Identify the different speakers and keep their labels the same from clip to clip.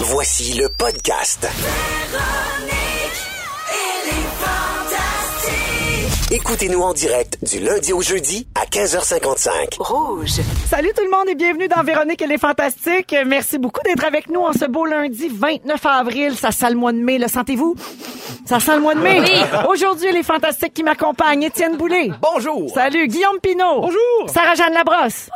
Speaker 1: Voici le podcast. Écoutez-nous en direct du lundi au jeudi à 15h55.
Speaker 2: Salut tout le monde et bienvenue dans Véronique et les Fantastiques. Euh, Merci beaucoup d'être avec nous en ce beau lundi 29 avril. Ça sent le mois de mai, le sentez-vous? Ça sent le mois de mai. Aujourd'hui, les Fantastiques qui m'accompagnent, Étienne Boulay.
Speaker 3: Bonjour.
Speaker 2: Salut, Guillaume Pinault.
Speaker 3: Bonjour.
Speaker 2: Sarah-Jeane Labrosse.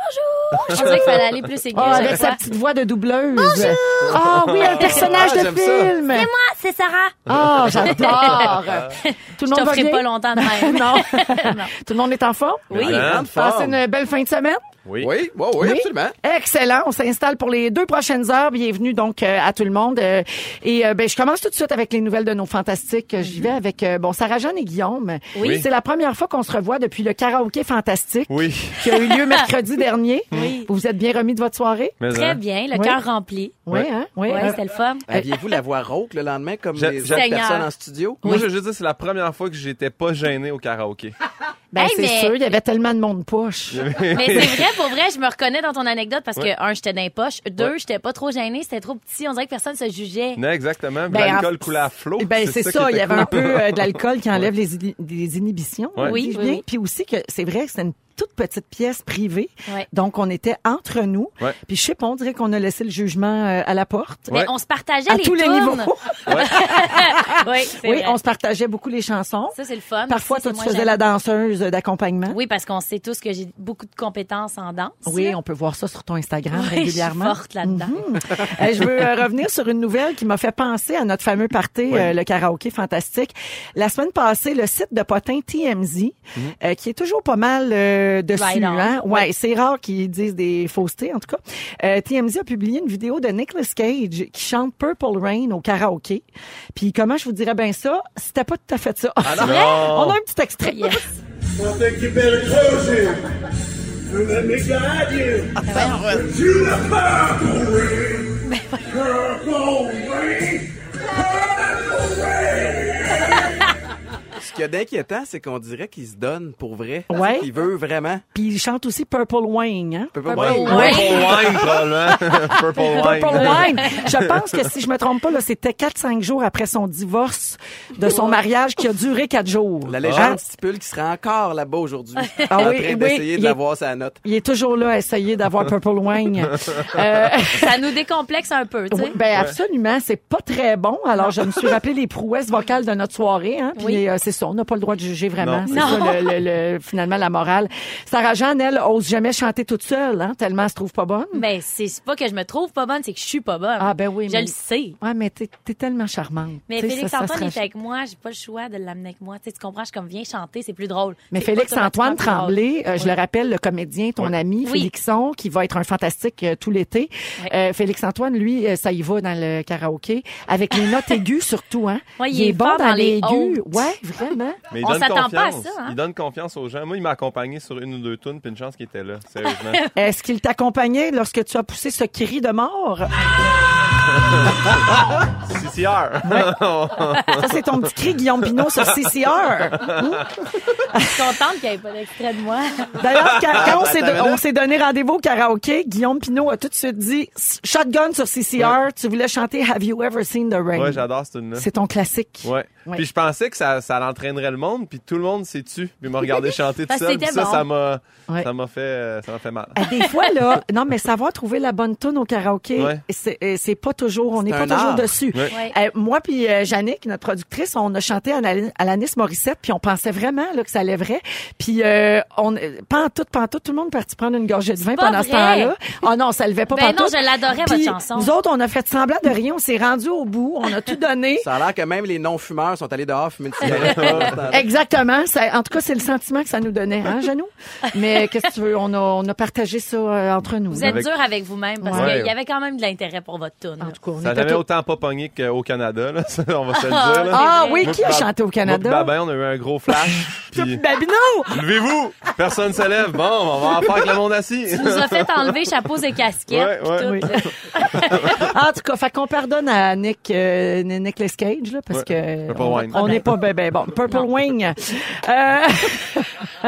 Speaker 4: Je dirais qu'il fallait aller plus aiguë.
Speaker 2: Oh,
Speaker 4: je
Speaker 2: avec
Speaker 4: crois.
Speaker 2: sa petite voix de doubleuse. Bonjour. Ah oui, un personnage
Speaker 3: Ah,
Speaker 2: de
Speaker 3: j'aime ça.
Speaker 2: film.
Speaker 4: Et moi, c'est Sarah.
Speaker 2: Ah, j'adore. tout le
Speaker 4: Je
Speaker 2: monde va
Speaker 4: t'offrirai
Speaker 2: bien?
Speaker 4: pas longtemps de même.
Speaker 2: Non. Tout le monde est en forme?
Speaker 4: Oui.
Speaker 3: Hein?
Speaker 2: Passez une belle fin de semaine.
Speaker 3: Oui, oui, oui, oui, absolument.
Speaker 2: Excellent. On s'installe pour les deux prochaines heures. Bienvenue donc euh, à tout le monde. Euh, et euh, ben, je commence tout de suite avec les nouvelles de nos fantastiques. J'y vais avec euh, bon Sarah-Jeanne et Guillaume.
Speaker 4: Mhm. Oui.
Speaker 2: C'est la première fois qu'on se revoit depuis le karaoké fantastique
Speaker 5: Oui.
Speaker 2: qui a eu lieu mercredi dernier. Vous vous êtes bien remis de votre soirée?
Speaker 5: Mais, hein,
Speaker 4: Très bien, le
Speaker 2: Oui.
Speaker 4: cœur rempli.
Speaker 2: Oui,
Speaker 5: Ouais.
Speaker 2: hein? Oui.
Speaker 4: Ouais,
Speaker 2: Euh,
Speaker 4: c'était le fun.
Speaker 3: Aviez-vous la voix rauque le lendemain comme
Speaker 5: Je-
Speaker 3: les
Speaker 5: je-
Speaker 3: autres
Speaker 4: Seigneur.
Speaker 3: personnes en studio?
Speaker 5: Moi, je veux juste dire, c'est la première fois que j'étais pas gêné au karaoké.
Speaker 2: ben,
Speaker 4: Hey,
Speaker 2: c'est
Speaker 4: mais-
Speaker 2: sûr, il y avait tellement de monde poche.
Speaker 4: Mais c'est vrai, pour vrai, je me reconnais dans ton anecdote parce que, un, j'étais dans les poches. Deux, j'étais pas trop gênée. C'était trop petit. On dirait que personne se jugeait.
Speaker 5: Non, exactement.
Speaker 2: Ben,
Speaker 5: L'alcool
Speaker 2: en-
Speaker 5: coulait à flot.
Speaker 2: Ben c'est ça, il
Speaker 5: qui
Speaker 2: y
Speaker 5: était
Speaker 2: avait un
Speaker 5: cool.
Speaker 2: peu euh, de l'alcool qui enlève les, ini- des inhibitions.
Speaker 5: Ouais.
Speaker 4: Oui,
Speaker 2: dis-je
Speaker 4: oui,
Speaker 2: bien.
Speaker 4: oui.
Speaker 2: Puis aussi que c'est vrai que c'était une toute petite pièce privée.
Speaker 4: Ouais.
Speaker 2: Donc on était entre nous.
Speaker 5: Ouais.
Speaker 2: Puis je sais pas, on dirait qu'on a laissé le jugement euh, à la porte.
Speaker 4: Mais
Speaker 5: Ouais.
Speaker 4: on se partageait
Speaker 2: À
Speaker 4: les
Speaker 2: tous les
Speaker 4: tunes.
Speaker 2: niveaux.
Speaker 4: oui, c'est
Speaker 2: Oui,
Speaker 4: vrai.
Speaker 2: on se partageait beaucoup les chansons.
Speaker 4: Ça, c'est le fun.
Speaker 2: Parfois,
Speaker 4: Ici, c'est
Speaker 2: toi, tu
Speaker 4: moins
Speaker 2: faisais
Speaker 4: gênant.
Speaker 2: la hein? danseuse d'accompagnement.
Speaker 4: Oui, parce qu'on sait tous que j'ai beaucoup de compétences en danse.
Speaker 2: Oui, on peut voir ça sur ton Instagram
Speaker 4: Oui,
Speaker 2: régulièrement.
Speaker 4: Je suis forte là-dedans.
Speaker 2: Euh, je veux euh, revenir sur une nouvelle qui m'a fait penser à notre fameux party, euh, le karaoké fantastique. La semaine passée, le site de potin TMZ, euh, qui est toujours pas mal euh, dessus,
Speaker 4: Right on.
Speaker 2: hein? Ouais, c'est rare qu'ils disent des faussetés, en tout cas. Euh, TMZ a publié une vidéo de Nicolas Cage qui chante Purple Rain au karaoké. Puis comment je vous dirais bien ça, c'était pas tout à fait ça. On a un petit extrait.
Speaker 4: Yes.
Speaker 6: I think you better close it. And let me guide you. You the purple rain. Purple rain. Purple rain.
Speaker 3: Ce qu'il y a d'inquiétant, c'est qu'on dirait qu'il se donne pour vrai.
Speaker 2: Ouais.
Speaker 3: Il veut vraiment.
Speaker 2: Puis il chante aussi Purple Wine. Hein?
Speaker 3: Peut pas-
Speaker 4: Purple
Speaker 3: Ouais.
Speaker 4: Rain.
Speaker 5: Purple wine, probablement. Purple wine.
Speaker 2: Purple Wine. Je pense que si je me trompe pas, là, c'était 4-5 jours après son divorce de son mariage qui a duré 4 jours.
Speaker 3: La
Speaker 2: Hein?
Speaker 3: légende stipule qu'il sera encore là-bas aujourd'hui.
Speaker 2: Ah
Speaker 3: en
Speaker 2: oui,
Speaker 3: train
Speaker 2: oui,
Speaker 3: d'essayer
Speaker 2: il
Speaker 3: de
Speaker 2: est-
Speaker 3: l'avoir sa note.
Speaker 2: Il est toujours là à essayer d'avoir Purple Wine. Euh,
Speaker 4: Ça nous décomplexe un peu, tu sais.
Speaker 2: oui, ben absolument, c'est pas très bon. Alors je me suis rappelé les prouesses vocales de notre soirée, hein, puis
Speaker 4: Oui.
Speaker 2: euh, c'est ça, on n'a pas le droit de juger vraiment.
Speaker 5: Non.
Speaker 2: C'est
Speaker 4: Non.
Speaker 2: ça le, le- le- finalement la morale. Sarah Jeanne, elle, ose jamais chanter toute seule, hein, tellement elle se trouve pas bonne.
Speaker 4: Ben, c'est pas que je me trouve pas bonne, c'est que je suis pas bonne.
Speaker 2: Ah, ben oui,
Speaker 4: Je
Speaker 2: mais-
Speaker 4: le sais.
Speaker 2: Ouais, mais t'es t'es tellement charmante.
Speaker 4: Mais
Speaker 2: Tu sais, ça- ça
Speaker 4: Félix-Antoine
Speaker 2: sera-
Speaker 4: est avec moi, j'ai pas le choix de l'amener avec moi. Tu, sais, tu comprends, je suis comme, viens chanter, c'est plus drôle.
Speaker 2: Mais
Speaker 4: C'est
Speaker 2: Félix-Antoine
Speaker 4: automatiquement plus
Speaker 2: Tremblay,
Speaker 4: drôle.
Speaker 2: euh, je le rappelle, le comédien, ton ami,
Speaker 4: Oui.
Speaker 2: Félixon, qui va être un fantastique euh, tout l'été.
Speaker 4: Oui.
Speaker 2: Euh, Félix-Antoine, lui, euh, ça y va dans le karaoké, avec les notes aiguës surtout. Hein.
Speaker 4: Ouais, il est fort dans les hautes.
Speaker 2: Ouais, vraiment.
Speaker 5: Mais il
Speaker 4: On
Speaker 5: donne
Speaker 4: s'attend pas à
Speaker 5: confiance.
Speaker 4: ça, hein?
Speaker 5: Il donne confiance aux gens. Moi, il m'a accompagné sur une ou deux tunes, puis une chance qu'il était là. Sérieusement.
Speaker 2: Est-ce qu'il t'accompagnait lorsque tu as poussé ce cri de mort?
Speaker 5: CCR.
Speaker 2: Ça, c'est ton petit cri, Guillaume Pinot, sur CCR.
Speaker 4: Je suis contente qu'il n'y ait pas d'extrait de moi.
Speaker 2: D'ailleurs, quand,
Speaker 5: Ah,
Speaker 2: quand on s'est don- on s'est donné rendez-vous au karaoké, Guillaume Pinot a tout de suite dit « Shotgun sur CCR, tu voulais chanter « Have you ever seen the rain
Speaker 5: ouais, j'adore cette tune-là.
Speaker 2: C'est ton classique.
Speaker 5: Ouais.
Speaker 2: Ouais.
Speaker 5: Puis je pensais que ça, ça l'entraînerait le monde, puis tout le monde s'est tu, puis m'a regardé chanter tout
Speaker 4: Parce que
Speaker 5: seul, puis
Speaker 4: c'était
Speaker 5: ça,
Speaker 4: bon.
Speaker 5: ça m'a,
Speaker 2: Ben, Ouais.
Speaker 5: ça m'a fait, euh, ça m'a fait mal.
Speaker 2: Ah, Des fois, là, non, mais savoir trouver la bonne tune au karaoké,
Speaker 5: Ouais.
Speaker 2: c'est euh, c'est pas toujours, on n'est pas
Speaker 3: un
Speaker 2: toujours
Speaker 3: art.
Speaker 2: dessus.
Speaker 5: Ouais.
Speaker 4: Ouais.
Speaker 2: Euh, moi puis euh, Yannick, notre productrice, on a chanté à Anal- Alanis Morissette, puis on pensait vraiment là, que ça lèverait. Puis euh, on, euh, pantoute, pantoute, tout le monde parti prendre une gorgée de vin
Speaker 4: pas
Speaker 2: pendant ce
Speaker 4: vrai.
Speaker 2: temps-là. Ah non, ça levait pas
Speaker 4: Ben
Speaker 2: pantoute.
Speaker 4: non, je l'adorais, votre
Speaker 2: Puis
Speaker 4: chanson.
Speaker 2: Nous autres, on a fait semblant de rien, on s'est rendu au bout, on a tout donné.
Speaker 3: Ça a l'air que même les non-fumeurs sont allés dehors fumer une cigarette.
Speaker 2: Exactement. Ça, en tout cas, c'est le sentiment que ça nous donnait, hein, Janou? Mais qu'est-ce que tu veux, on a, on a partagé ça euh, entre nous.
Speaker 4: Vous
Speaker 2: là.
Speaker 4: êtes
Speaker 5: Avec-
Speaker 4: dur avec vous-même parce
Speaker 5: Ouais.
Speaker 4: qu'il y avait quand même de l'intérêt pour votre tune.
Speaker 2: En tout cas, on
Speaker 5: Ça n'a
Speaker 2: était
Speaker 5: jamais
Speaker 2: tous-
Speaker 5: autant pas pogné qu'au Canada, là. Ça, on va se le dire, là.
Speaker 2: Ah oui,
Speaker 5: Moi,
Speaker 2: qui a
Speaker 5: puis Bab-
Speaker 2: chanté au
Speaker 5: Moi,
Speaker 2: Canada?
Speaker 5: puis Babin, on a eu un gros flash. puis
Speaker 2: Babino!
Speaker 5: levez-vous! Personne se lève. Bon, on va en faire avec le monde assis.
Speaker 4: Tu nous as fait enlever chapeaux et casquettes.
Speaker 5: Ouais, ouais.
Speaker 4: puis tout, là.
Speaker 2: En tout cas, fait qu'on pardonne à Nick, euh, Nick Lescage, là, parce
Speaker 5: Ouais.
Speaker 2: que
Speaker 5: Purple Wine.
Speaker 2: On n'est pas ben, ben bon. Purple Wing. Euh,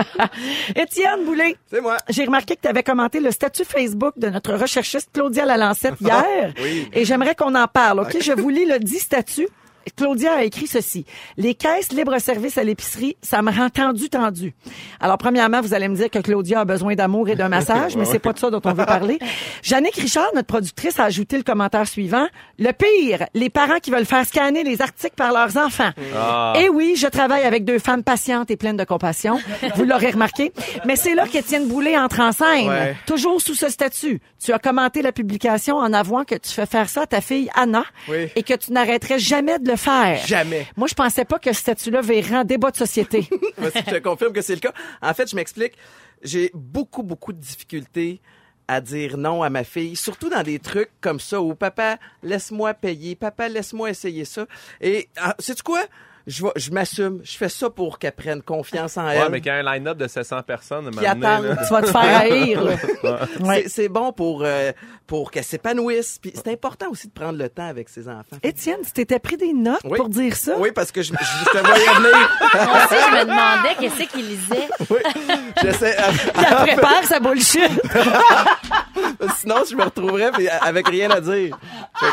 Speaker 2: Étienne Boulay.
Speaker 3: C'est moi.
Speaker 2: J'ai remarqué que tu avais commenté le statut Facebook de notre recherchiste Claudia Lalancette hier.
Speaker 3: Oui.
Speaker 2: Et j'aimerais qu'on en parle, OK? Je vous lis le dit statut. Claudia a écrit ceci. Les caisses libre-service à l'épicerie, ça me rend tendu, tendu. Alors, premièrement, vous allez me dire que Claudia a besoin d'amour et d'un massage, mais c'est pas de ça dont on veut parler. Jannick Richard, notre productrice, a ajouté le commentaire suivant. Le pire, les parents qui veulent faire scanner les articles par leurs enfants.
Speaker 3: Ah.
Speaker 2: Et oui, je travaille avec deux femmes patientes et pleines de compassion. Vous l'aurez remarqué. Mais c'est là qu'Étienne Boulay entre en scène.
Speaker 3: Ouais.
Speaker 2: Toujours sous ce statut. Tu as commenté la publication en avouant que tu fais faire ça à ta fille Anna
Speaker 3: Oui.
Speaker 2: et que tu n'arrêterais jamais de le faire.
Speaker 3: Jamais.
Speaker 2: Moi, je pensais pas que ce statut-là verrait en débat de société.
Speaker 3: Voici que je te confirme que c'est le cas. En fait, je m'explique. J'ai beaucoup, beaucoup de difficultés à dire non à ma fille, surtout dans des trucs comme ça où papa, laisse-moi payer, papa, laisse-moi essayer ça. Et c'est tu quoi? Je, vais- je m'assume, je fais ça pour qu'elle prenne confiance en elle.
Speaker 5: Ouais, mais qu'il y a un line-up de 700 personnes à un
Speaker 3: Qui
Speaker 5: moment donné,
Speaker 3: attendent.
Speaker 5: là.
Speaker 2: tu vas te faire haïr. là. Ouais.
Speaker 3: C'est- C'est bon pour, euh, pour qu'elle s'épanouisse. Puis c'est important aussi de prendre le temps avec ses enfants.
Speaker 2: Étienne, tu t'étais pris des notes
Speaker 3: Oui.
Speaker 2: pour dire ça?
Speaker 3: Oui, parce que je, je te voyais venir.
Speaker 4: Moi aussi, je me demandais qu'est-ce qu'il lisait.
Speaker 3: Oui. J'essaie. euh,
Speaker 2: Elle prépare sa bullshit.
Speaker 3: Sinon, je me retrouverais puis avec rien à dire. Fait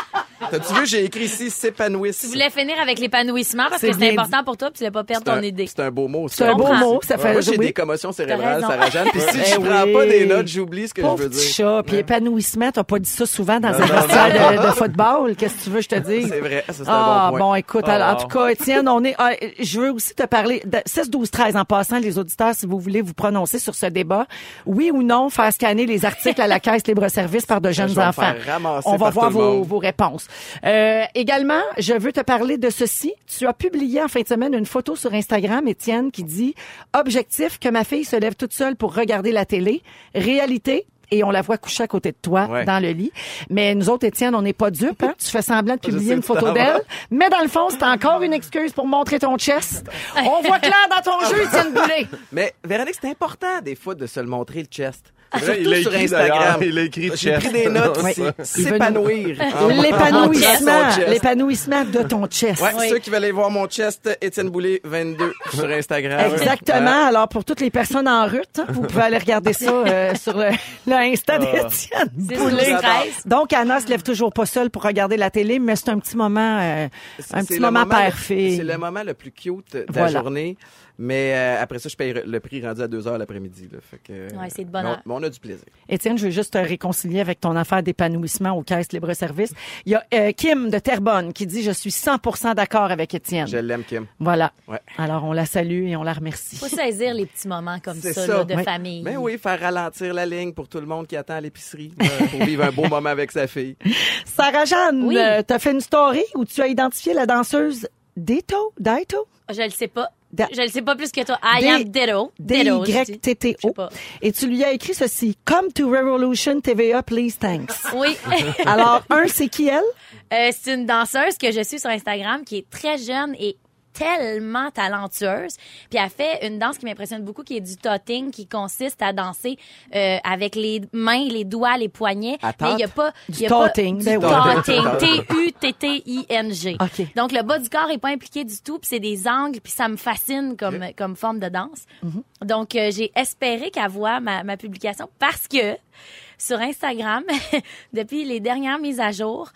Speaker 3: que, T'as-tu vu, j'ai écrit ici s'épanouisse.
Speaker 4: Tu voulais finir avec l'épanouissement parce
Speaker 2: C'est
Speaker 4: que c'est
Speaker 2: bien
Speaker 4: important pour toi puis tu voulais pas perdre
Speaker 3: C'est un-
Speaker 4: ton idée.
Speaker 3: C'est un beau mot.
Speaker 2: C'est un beau
Speaker 4: comprends.
Speaker 2: mot. Ça fait
Speaker 3: Moi, j'ai
Speaker 2: oui.
Speaker 3: des commotions cérébrales,
Speaker 4: T'as raison.
Speaker 3: Sarah-Jeanne. Puis si je
Speaker 2: Eh
Speaker 3: prends
Speaker 2: oui.
Speaker 3: pas des notes, j'oublie ce que je
Speaker 2: Pauvre
Speaker 3: veux
Speaker 2: petit
Speaker 3: dire.
Speaker 2: chat, puis épanouissement, t'as pas dit ça souvent dans un
Speaker 5: non,
Speaker 2: vestiaire de, de football. Qu'est-ce que tu veux, je te dis?
Speaker 3: C'est vrai, ça, c'est un
Speaker 2: Ah,
Speaker 3: bon
Speaker 2: bon,
Speaker 3: point.
Speaker 2: écoute,
Speaker 5: Oh,
Speaker 2: alors, en
Speaker 5: wow.
Speaker 2: tout cas, Étienne, on est, ah, je veux aussi te parler, de 16, 12, 13, en passant, les auditeurs, si vous voulez vous prononcer sur ce débat, oui ou non, faire scanner les articles à la Caisse libre-service par de jeunes
Speaker 3: vais me
Speaker 2: enfants.
Speaker 3: faire ramasser
Speaker 2: on va
Speaker 3: par
Speaker 2: voir
Speaker 3: tout le
Speaker 2: vos,
Speaker 3: monde.
Speaker 2: vos réponses. Euh, également, je veux te parler de ceci. Tu as publié en fin de semaine une photo sur Instagram, Étienne, qui dit « Objectif, que ma fille se lève toute seule pour regarder la télé. Réalité, et on la voit couchée à côté de toi
Speaker 3: Ouais.
Speaker 2: dans le lit. Mais nous autres, Étienne, on n'est pas dupes. Hein? Tu fais semblant de publier
Speaker 3: sais
Speaker 2: une
Speaker 3: où tu
Speaker 2: photo
Speaker 3: t'en
Speaker 2: d'elle.
Speaker 3: vas.
Speaker 2: Mais dans le fond, c'est encore une excuse pour montrer ton chest. On voit clair dans ton jeu, Étienne Boulay.
Speaker 3: Mais Véronique, c'est important des fois de se le montrer le chest.
Speaker 5: vrai,
Speaker 3: Surtout
Speaker 5: il l'a
Speaker 3: sur
Speaker 5: écrit,
Speaker 3: Instagram.
Speaker 5: d'ailleurs. Il l'a écrit,
Speaker 3: J'ai
Speaker 5: chest.
Speaker 3: pris des notes
Speaker 2: Oui.
Speaker 3: aussi.
Speaker 2: Il veut
Speaker 3: S'épanouir.
Speaker 2: L'épanouissement,
Speaker 3: Son chest.
Speaker 2: l'épanouissement de ton chest.
Speaker 3: Ouais, ceux qui veulent aller voir mon chest, Étienne Boulay 22 sur
Speaker 4: Ah
Speaker 3: Instagram.
Speaker 2: Exactement. Alors, pour toutes les personnes en route, hein, vous pouvez aller regarder ça euh, sur le, le Insta d'Étienne
Speaker 4: Ah. C'est
Speaker 2: Boulay.
Speaker 4: sous stress.
Speaker 2: Donc, Anna se lève toujours pas seule pour regarder la télé, mais c'est un petit moment, euh,
Speaker 3: C'est-
Speaker 2: un
Speaker 3: c'est
Speaker 2: petit
Speaker 3: le
Speaker 2: moment
Speaker 3: le-
Speaker 2: père-fille.
Speaker 3: C'est le moment le plus cute de
Speaker 2: Voilà.
Speaker 3: la journée. Mais euh, après ça, je paye le prix rendu à 2 heures l'après-midi. là. Fait que, euh,
Speaker 4: Ouais, c'est de
Speaker 3: mais
Speaker 4: bonheur.
Speaker 3: on- Mais on a du plaisir.
Speaker 2: Étienne, je veux juste te réconcilier avec ton affaire d'épanouissement aux caisses libre-service. Il y a euh, Kim de Terrebonne qui dit « Je suis 100% d'accord avec Étienne
Speaker 3: Je ». l'aime, Kim.
Speaker 2: Voilà.
Speaker 3: Ouais.
Speaker 2: Alors, on la salue et on la remercie.
Speaker 4: Faut saisir les petits moments comme ça,
Speaker 3: C'est
Speaker 4: là,
Speaker 3: ça.
Speaker 4: de
Speaker 2: Oui.
Speaker 4: famille.
Speaker 3: Ben oui, faire ralentir la ligne pour tout le monde qui attend à l'épicerie euh, pour vivre un beau moment avec sa fille.
Speaker 2: Sarah-Jeanne,
Speaker 4: Oui.
Speaker 2: euh, t'as fait une story où tu as identifié la danseuse Dato? Dato?
Speaker 4: Je le sais pas.
Speaker 2: Da-
Speaker 4: Je le sais pas plus que toi. I
Speaker 2: D-
Speaker 4: am Ditto. Ditto, je dis. Je sais
Speaker 2: D-Y-T-T-O.
Speaker 4: pas.
Speaker 2: Et tu lui as écrit ceci. Come to Revolution TVA, please, thanks.
Speaker 4: Oui.
Speaker 2: Alors, un, c'est qui elle?
Speaker 4: Euh, c'est une danseuse que je suis sur Instagram qui est très jeune et tellement talentueuse. Puis elle fait une danse qui m'impressionne beaucoup, qui est du totting, qui consiste à danser euh, avec les mains, les doigts, les poignets.
Speaker 3: Attends.
Speaker 4: Mais il y a pas... il y a pas-
Speaker 2: Totting.
Speaker 4: Du
Speaker 2: ben oui.
Speaker 4: Totting. T-U-T-T-I-N-G.
Speaker 2: OK.
Speaker 4: Donc, le bas du corps est pas impliqué du tout, puis c'est des angles, puis ça me fascine comme, comme forme de danse.
Speaker 2: Mhm.
Speaker 4: Donc, euh, j'ai espéré qu'elle voit ma, ma publication parce que sur Instagram, depuis les dernières mises à jour,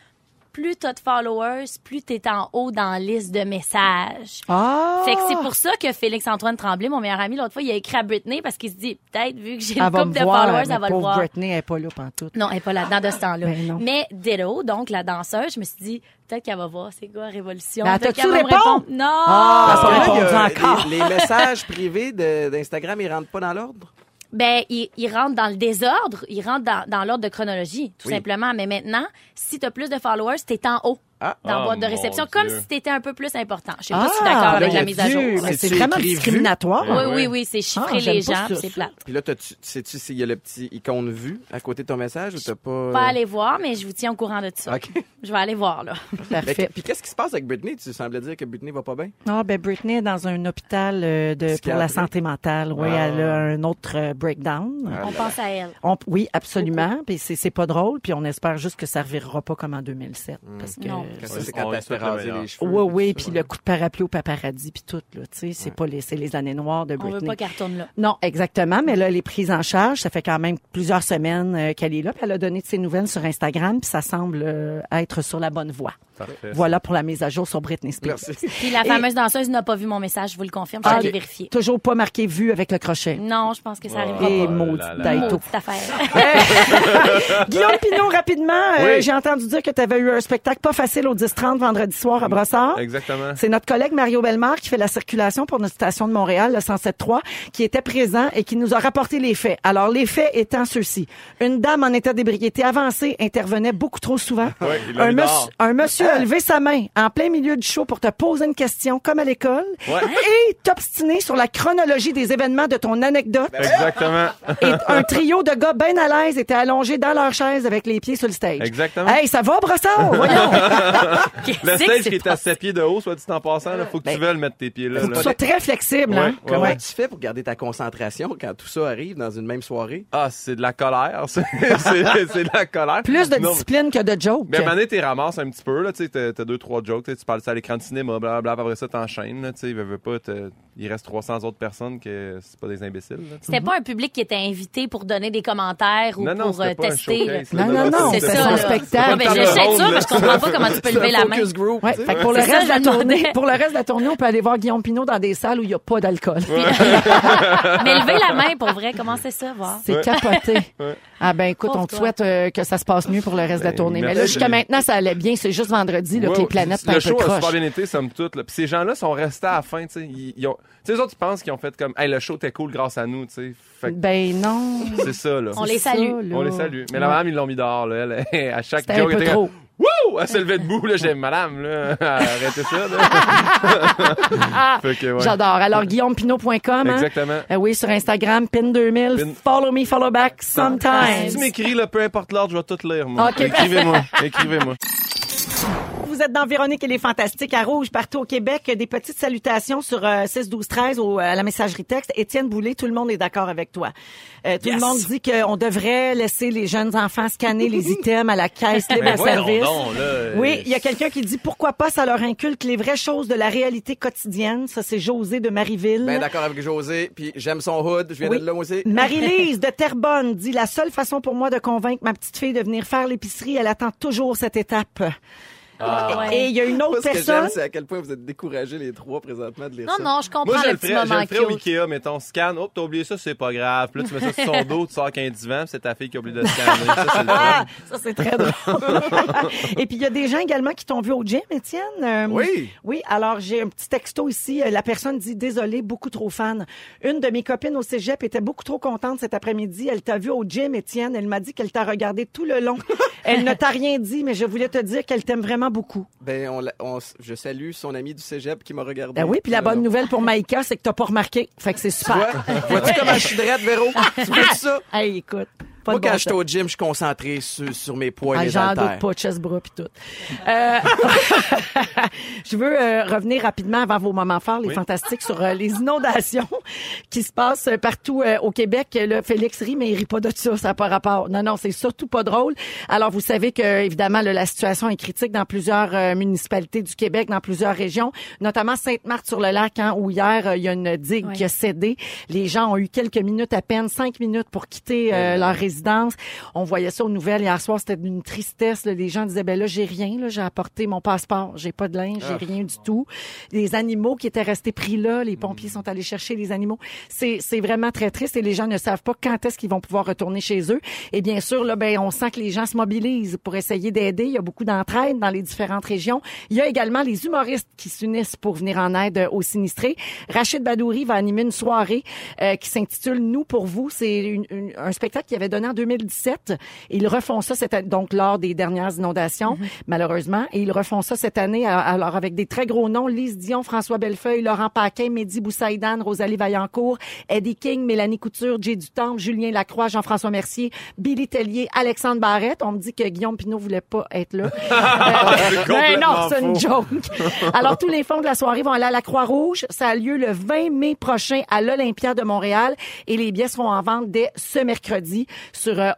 Speaker 4: plus t'as de followers, plus t'es en haut dans la liste de messages.
Speaker 2: Ah!
Speaker 4: Fait que c'est pour ça que Félix-Antoine Tremblay, mon meilleur ami, l'autre fois, il a écrit à Britney parce qu'il se dit, peut-être, vu que j'ai une
Speaker 2: Elle va me
Speaker 4: couple de
Speaker 2: voir,
Speaker 4: followers,
Speaker 2: mais
Speaker 4: elle va le
Speaker 2: pauvre
Speaker 4: voir.
Speaker 2: Britney, elle est pas là pantoute.
Speaker 4: Non, elle n'est pas là-dedans de ce temps-là.
Speaker 2: Ben non.
Speaker 4: Mais Ditto, donc la danseuse, je me suis dit, peut-être qu'elle va voir c'est quoi Révolution.
Speaker 2: Mais elle
Speaker 4: Peut-être
Speaker 2: t'a-tu
Speaker 4: qu'elle va me
Speaker 2: Ben, répondu?
Speaker 4: répondre. Non!
Speaker 2: Ah,
Speaker 3: Parce que là, il y a-
Speaker 2: répondu encore.
Speaker 3: les, les messages privés de- d'Instagram, ils rentrent pas dans l'ordre.
Speaker 4: Ben, il, il rentre dans le désordre, il rentre dans, dans l'ordre de chronologie, tout
Speaker 3: Oui.
Speaker 4: simplement. Mais maintenant, si tu as plus de followers, t'es en haut
Speaker 3: Ah.
Speaker 4: dans la
Speaker 5: Ah,
Speaker 4: boîte de
Speaker 5: mon
Speaker 4: réception,
Speaker 5: Dieu.
Speaker 4: comme si t'étais un peu plus important. Je sais
Speaker 2: Ah,
Speaker 4: pas si je suis d'accord avec
Speaker 3: ben,
Speaker 4: la mise à
Speaker 2: Dieu,
Speaker 4: jour.
Speaker 2: mais
Speaker 3: C'est-tu
Speaker 2: c'est vraiment
Speaker 3: écrit vu?
Speaker 2: discriminatoire.
Speaker 4: Oui,
Speaker 5: ouais.
Speaker 4: oui, oui, c'est chiffrer
Speaker 2: Ah, j'aime
Speaker 4: les
Speaker 2: pas
Speaker 4: gens,
Speaker 2: ce
Speaker 4: puis c'est
Speaker 2: ça.
Speaker 4: plate.
Speaker 3: Puis là, t'as-tu- sais-tu s'il y a le petit icône vue à côté de ton message ou t'as pas. euh,
Speaker 4: Pas aller voir, mais je vous tiens au courant de ça.
Speaker 3: OK.
Speaker 4: Je vais aller voir, là.
Speaker 3: Mais
Speaker 2: Parfait.
Speaker 3: qu- Puis qu'est-ce qui se passe avec Britney? Tu semblais dire que Britney va pas bien.
Speaker 2: Ah, ben Britney est dans un hôpital euh, de, pour la
Speaker 3: Psychiatrique.
Speaker 2: santé mentale. Oui, elle a un autre euh, breakdown.
Speaker 5: Ah,
Speaker 4: On pense à elle.
Speaker 2: On- oui, absolument. Puis c'est c'est pas drôle. Puis on espère juste que ça revirera pas comme en 2007. Parce que
Speaker 4: Non,
Speaker 3: Ça, c'est
Speaker 5: On
Speaker 3: quand
Speaker 5: lui
Speaker 3: t'as fait
Speaker 5: souhaite le
Speaker 3: raser
Speaker 5: meilleur.
Speaker 3: les cheveux.
Speaker 2: Oui, oui, puis le coup de parapluie au paparazzi, puis tout, là, tu sais, c'est pas les, c'est les années noires de
Speaker 4: On
Speaker 2: Britney.
Speaker 4: veut pas qu'elle retourne là.
Speaker 2: Non, exactement. Mais là, elle est prise en charge. Ça fait quand même plusieurs semaines euh, qu'elle est là. Puis elle a donné de ses nouvelles sur Instagram. Puis ça semble euh, être sur la bonne voie.
Speaker 5: Parfait.
Speaker 2: Voilà pour la mise à jour sur Britney Spears.
Speaker 3: Merci.
Speaker 4: Puis la
Speaker 2: Et-
Speaker 4: fameuse danseuse n'a pas vu mon message, je vous le confirme. Je
Speaker 2: Ah,
Speaker 4: vais aller
Speaker 2: ok.
Speaker 4: vérifier.
Speaker 2: Toujours pas marqué vue avec le crochet. Eh,
Speaker 4: Non, je pense que ça arrivera
Speaker 2: Et
Speaker 5: là
Speaker 2: maudit
Speaker 5: Ah, là.
Speaker 2: Daito.
Speaker 4: Maudite affaire.
Speaker 2: Guillaume Pinot, rapidement, euh,
Speaker 5: Oui.
Speaker 2: j'ai entendu dire que tu avais eu un spectacle pas facile au 10-30 vendredi soir à Brossard.
Speaker 5: Mm. Exactement.
Speaker 2: C'est notre collègue Mario Bellemare qui fait la circulation pour notre station de Montréal, le 107.3, qui était présent et qui nous a rapporté les faits. Alors, les faits étant ceux-ci. Une dame en état d'ébriété avancée intervenait beaucoup trop souvent.
Speaker 5: il l'a
Speaker 2: un,
Speaker 5: mis
Speaker 2: monsieur-
Speaker 5: dehors.
Speaker 2: un monsieur a levé sa main en plein milieu du show pour te poser une question, comme à l'école,
Speaker 5: Ouais.
Speaker 2: et t'obstiner sur la chronologie des événements de ton anecdote.
Speaker 5: Ben, Exactement.
Speaker 2: Et un trio de gars bien à l'aise était allongé dans leur chaise avec les pieds sur le stage.
Speaker 5: Exactement.
Speaker 2: Hey, ça va, Brossard? Voyons!
Speaker 4: Qu'est-ce
Speaker 5: Le
Speaker 4: que
Speaker 5: stage
Speaker 4: c'est
Speaker 5: qui est à 7 pieds de haut, soit dit en passant, là, faut que tu veuilles mettre tes pieds
Speaker 2: Ben,
Speaker 5: là.
Speaker 2: Faut que tu
Speaker 5: là.
Speaker 2: sois très flexible, hein?
Speaker 5: Ouais, ouais,
Speaker 3: Comment
Speaker 5: ouais.
Speaker 3: tu fais pour garder ta concentration quand tout ça arrive dans une même soirée?
Speaker 5: Ah, c'est de la colère. ça. c'est c'est de la colère.
Speaker 2: Plus de
Speaker 5: Non,
Speaker 2: discipline que de joke.
Speaker 5: Mais à un moment donné, t'es ramasses un petit peu, là, tu sais, t'as t'as deux, trois jokes, tu sais, tu parles de ça à l'écran de cinéma, blablabla, après ça, t'enchaînes, là, tu sais, veux, veux pas, t'as- il reste 300 autres personnes que c'est pas des imbéciles, là, tu sais.
Speaker 4: C'était pas un public qui était invité pour donner des commentaires ou
Speaker 5: Non, non,
Speaker 4: pour euh,
Speaker 5: c'était pas un
Speaker 4: tester. là.
Speaker 5: showcase, là.
Speaker 2: Non, non, non,
Speaker 4: C'est
Speaker 2: c'était
Speaker 4: ça,
Speaker 2: son
Speaker 4: là.
Speaker 2: spectacle.
Speaker 4: Ouais, ben,
Speaker 5: Table
Speaker 4: j'étais
Speaker 5: ronde,
Speaker 4: sûre, mais
Speaker 5: là.
Speaker 4: je comprends pas comment tu peux lever la main.
Speaker 3: Focus group.
Speaker 2: Ouais,
Speaker 3: tu sais.
Speaker 2: fait que pour, le
Speaker 4: C'est ça,
Speaker 2: reste de
Speaker 4: je
Speaker 2: la
Speaker 4: me
Speaker 2: tournée,
Speaker 4: demandais.
Speaker 2: pour le reste de la tournée, on peut aller voir Guillaume Pinot dans des salles où il n'y a pas d'alcool.
Speaker 4: Mais lever la main, pour vrai, comment c'est ça, voir?
Speaker 2: C'est capoté. Ah ben écoute,
Speaker 4: Pauvre
Speaker 2: on te
Speaker 4: toi.
Speaker 2: souhaite euh, que ça se passe mieux pour le reste de la
Speaker 5: Ben,
Speaker 2: tournée. Mais
Speaker 5: merci.
Speaker 2: là, jusqu'à maintenant, ça allait bien. C'est juste vendredi là,
Speaker 5: Ouais,
Speaker 2: que les
Speaker 5: ouais,
Speaker 2: planètes sont
Speaker 5: Le
Speaker 2: un peu
Speaker 5: show a super
Speaker 2: croches.
Speaker 5: bien été, somme toute. là. Puis ces gens-là sont restés à la fin, tu sais. Ils, ils ont... Tu sais, eux autres, ils pensent qu'ils ont fait comme, hey, le show était cool grâce à nous, tu sais. Fait que
Speaker 2: Ben non.
Speaker 5: c'est ça, là.
Speaker 4: On les
Speaker 2: Ça,
Speaker 4: salue.
Speaker 2: là.
Speaker 5: On les salue. Mais la
Speaker 2: Ouais.
Speaker 5: madame, ils l'ont mis dehors, là. Elle, à chaque
Speaker 2: C'était un
Speaker 5: joke,
Speaker 2: peu
Speaker 5: elle était
Speaker 2: trop.
Speaker 5: comme, Wouh! Elle se levait debout, là. J'ai madame, là. Arrêtez ça, là. fait que, ouais.
Speaker 2: J'adore. Alors, guillaumepinot.com. hein?
Speaker 5: Exactement.
Speaker 2: Euh, oui, sur Instagram, pin2000,
Speaker 5: Pin-
Speaker 2: follow me, follow back,
Speaker 5: Si
Speaker 2: sometimes.
Speaker 5: tu m'écris, là, peu importe l'ordre, je vais tout lire, moi.
Speaker 2: Ok.
Speaker 5: Écrivez-moi. Écrivez-moi.
Speaker 2: Vous êtes dans Véronique et les Fantastiques à Rouge, partout au Québec. Des petites salutations sur euh, 6, 12, 13 au, euh, à la messagerie texte. Étienne Boulay, tout le monde est d'accord avec toi. Euh, tout le
Speaker 3: Yes.
Speaker 2: monde dit qu'on devrait laisser les jeunes enfants scanner les items à la caisse libre
Speaker 7: Ben
Speaker 2: à
Speaker 7: voyons
Speaker 2: service.
Speaker 7: donc,
Speaker 5: euh,
Speaker 7: là.
Speaker 3: euh,
Speaker 2: Oui, il y a quelqu'un qui dit pourquoi pas ça leur inculque les vraies choses de la réalité quotidienne. Ça, c'est José de Marieville.
Speaker 3: Ben d'accord avec José, puis j'aime son hood, je viens
Speaker 2: Oui.
Speaker 3: de là moi aussi.
Speaker 2: Marie-Lise de Terrebonne dit la seule façon pour moi de convaincre ma petite fille de venir faire l'épicerie, elle attend toujours cette étape.
Speaker 4: Ouais.
Speaker 2: Et il y a une
Speaker 3: Moi,
Speaker 2: autre
Speaker 3: ce Ah. que j'aime,
Speaker 2: personne.
Speaker 3: c'est à quel point vous êtes découragés les trois présentement de lire
Speaker 4: Non,
Speaker 3: ça.
Speaker 4: non, je comprends
Speaker 5: Moi, je
Speaker 4: le,
Speaker 5: le
Speaker 4: petit
Speaker 5: ferais, je
Speaker 4: moment
Speaker 5: le ferais au
Speaker 4: cute.
Speaker 5: Ikea, mettons, scan. Hop, t'as oublié ça, c'est pas grave. Puis là, tu mets ça sur son dos, tu sors qu'un divan, puis c'est ta fille qui a oublié de scanner. Ça, c'est le fun.
Speaker 2: Ah, ça, c'est très drôle. Et puis, il y a des gens également qui t'ont vu au gym, Étienne. Euh,
Speaker 3: Oui.
Speaker 2: Oui, alors j'ai un petit texto ici. Euh, La personne dit « Désolée, beaucoup trop fan. Une de mes copines au cégep était beaucoup trop contente cet après-midi. Elle t'a vu au gym, Étienne. Elle m'a dit qu'elle t'a regardé tout le long. Elle ne t'a rien dit, mais je voulais te dire qu'elle t'aime vraiment beaucoup.
Speaker 3: Ben on, la- on s- je salue son ami du cégep qui m'a regardé. » Euh,
Speaker 2: Ben oui, puis la
Speaker 3: Non,
Speaker 2: bonne
Speaker 3: non.
Speaker 2: nouvelle pour Maïka, c'est que t'as pas remarqué. Fait que c'est super. Ah!
Speaker 3: Vois-tu comment je suis drette, Véro? tu vois ça?
Speaker 2: hey, écoute. Pas
Speaker 3: Moi,
Speaker 2: de bon
Speaker 3: quand je suis
Speaker 2: sens.
Speaker 3: au gym, je suis concentré sur, sur mes poids et
Speaker 2: Ah,
Speaker 3: mes
Speaker 2: J'en doute
Speaker 3: haltères.
Speaker 2: pas, chest bras puis tout. Euh, je veux euh, revenir rapidement avant vos moments forts, les fantastiques, sur euh, les inondations qui se passent euh, partout euh, au Québec. Là, Félix rit, mais il rit pas de ça, ça n'a pas rapport. Non, non, c'est surtout pas drôle. Alors, vous savez que, évidemment, là, la situation est critique dans plusieurs euh, municipalités du Québec, dans plusieurs régions, notamment Sainte-Marthe-sur-le-Lac, hein, où hier, euh, il y a une digue
Speaker 4: Ouais.
Speaker 2: qui a cédé. Les gens ont eu quelques minutes à peine, cinq minutes pour quitter euh, leur résidence. On voyait ça aux nouvelles hier soir, c'était d'une tristesse. là. Les gens disaient ben là j'ai rien, là j'ai apporté mon passeport, j'ai pas de linge, j'ai rien du tout. Les animaux qui étaient restés pris là, les pompiers sont allés chercher les animaux. C'est c'est vraiment très triste et les gens ne savent pas quand est-ce qu'ils vont pouvoir retourner chez eux. Et bien sûr là ben on sent que les gens se mobilisent pour essayer d'aider. Il y a beaucoup d'entraide dans les différentes régions. Il y a également les humoristes qui s'unissent pour venir en aide euh, aux sinistrés. Rachid Badouri va animer une soirée euh, qui s'intitule Nous pour vous. C'est une- une- un spectacle qu'il avait donné en 2017. Ils refont ça cette année, donc lors des dernières inondations, malheureusement. Et ils refont ça cette année, a- alors avec des très gros noms. Lise Dion, François Bellefeuille, Laurent Paquin, Mehdi Boussaïdan, Rosalie Vaillancourt, Eddie King, Mélanie Couture, Jay Dutemps, Julien Lacroix, Jean-François Mercier, Billy Tellier, Alexandre Barrette. On me dit que Guillaume Pinot voulait pas être là. Euh, mais non, c'est une joke. Alors, tous les fonds de la soirée vont aller à la Croix-Rouge. Ça a lieu le 20 mai prochain à l'Olympia de Montréal et les billets seront en vente dès ce mercredi. sur euh,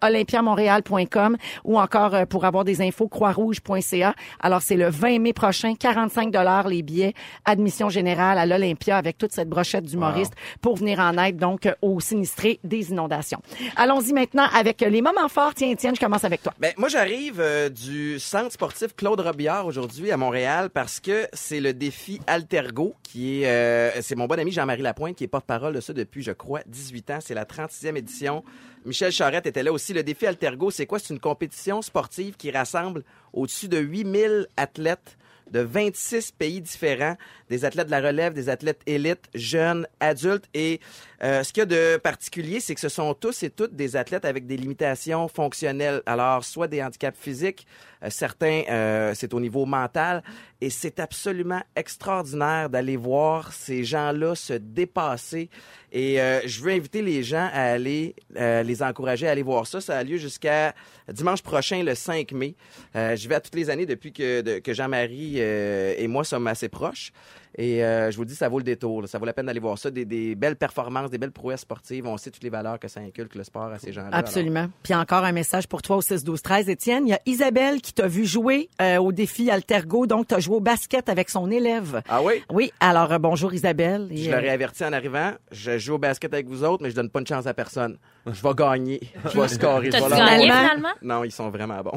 Speaker 2: olympiamontréal.com ou encore euh, pour avoir des infos croixrouge.ca. Alors c'est le 20 mai prochain, 45 dollars les billets, admission générale à l'Olympia avec toute cette brochette d'humoristes pour venir en aide donc euh, aux sinistrés des inondations. Allons-y maintenant avec euh, les moments forts. Tiens, Étienne, je commence avec toi.
Speaker 3: Ben, moi, j'arrive euh, du centre sportif Claude Robillard aujourd'hui à Montréal parce que c'est le défi Altergo qui est, euh, c'est mon bon ami Jean-Marie Lapointe qui est porte-parole de ça depuis, je crois, 18 ans. C'est la 36e édition. Michel Charette était là aussi. Le défi Altergo, c'est quoi? C'est une compétition sportive qui rassemble au-dessus de 8000 athlètes de 26 pays différents, des athlètes de la relève, des athlètes élites, jeunes, adultes. Et euh, ce qu'il y a de particulier, c'est que ce sont tous et toutes des athlètes avec des limitations fonctionnelles. Alors, soit des handicaps physiques, euh, certains, euh, c'est au niveau mental. Et c'est absolument extraordinaire d'aller voir ces gens-là se dépasser. Et euh, je veux inviter les gens à aller, euh, les encourager à aller voir ça. Ça a lieu jusqu'à dimanche prochain, le 5 mai. Euh, je vais à toutes les années depuis que, de- que Jean-Marie euh, et moi sommes assez proches. Et euh, je vous le dis, ça vaut le détour. là. Ça vaut la peine d'aller voir ça. Des, des belles performances, des belles prouesses sportives. On sait toutes les valeurs que ça inculque le sport à ces gens-là.
Speaker 2: Absolument. Puis encore un message pour toi au 6 12 13 Étienne, il y a Isabelle qui t'a vu jouer euh, au défi Altergo donc tu as joué au basket avec son élève.
Speaker 3: Alors- Ah oui?
Speaker 2: Oui, alors euh, bonjour Isabelle. Et,
Speaker 3: Je
Speaker 2: euh,
Speaker 3: leur ai averti en arrivant, je joue au basket avec vous autres, mais je donne pas une chance à personne. Je vais gagner. Je vais scorer. Je vais
Speaker 4: T'as-tu
Speaker 3: leur-
Speaker 4: gagné
Speaker 2: Finalement-
Speaker 4: finalement?
Speaker 3: Non, ils sont vraiment bons.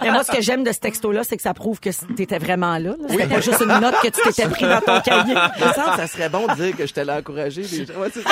Speaker 2: Mais moi, ce que j'aime de ce texto-là, c'est que ça prouve que t'étais vraiment là. là. C'était pas juste une note que tu t'étais pris dans ton cahier.
Speaker 3: Il me semble que ça serait bon de dire que je t'allais encourager les gens. Ouais, c'est ça.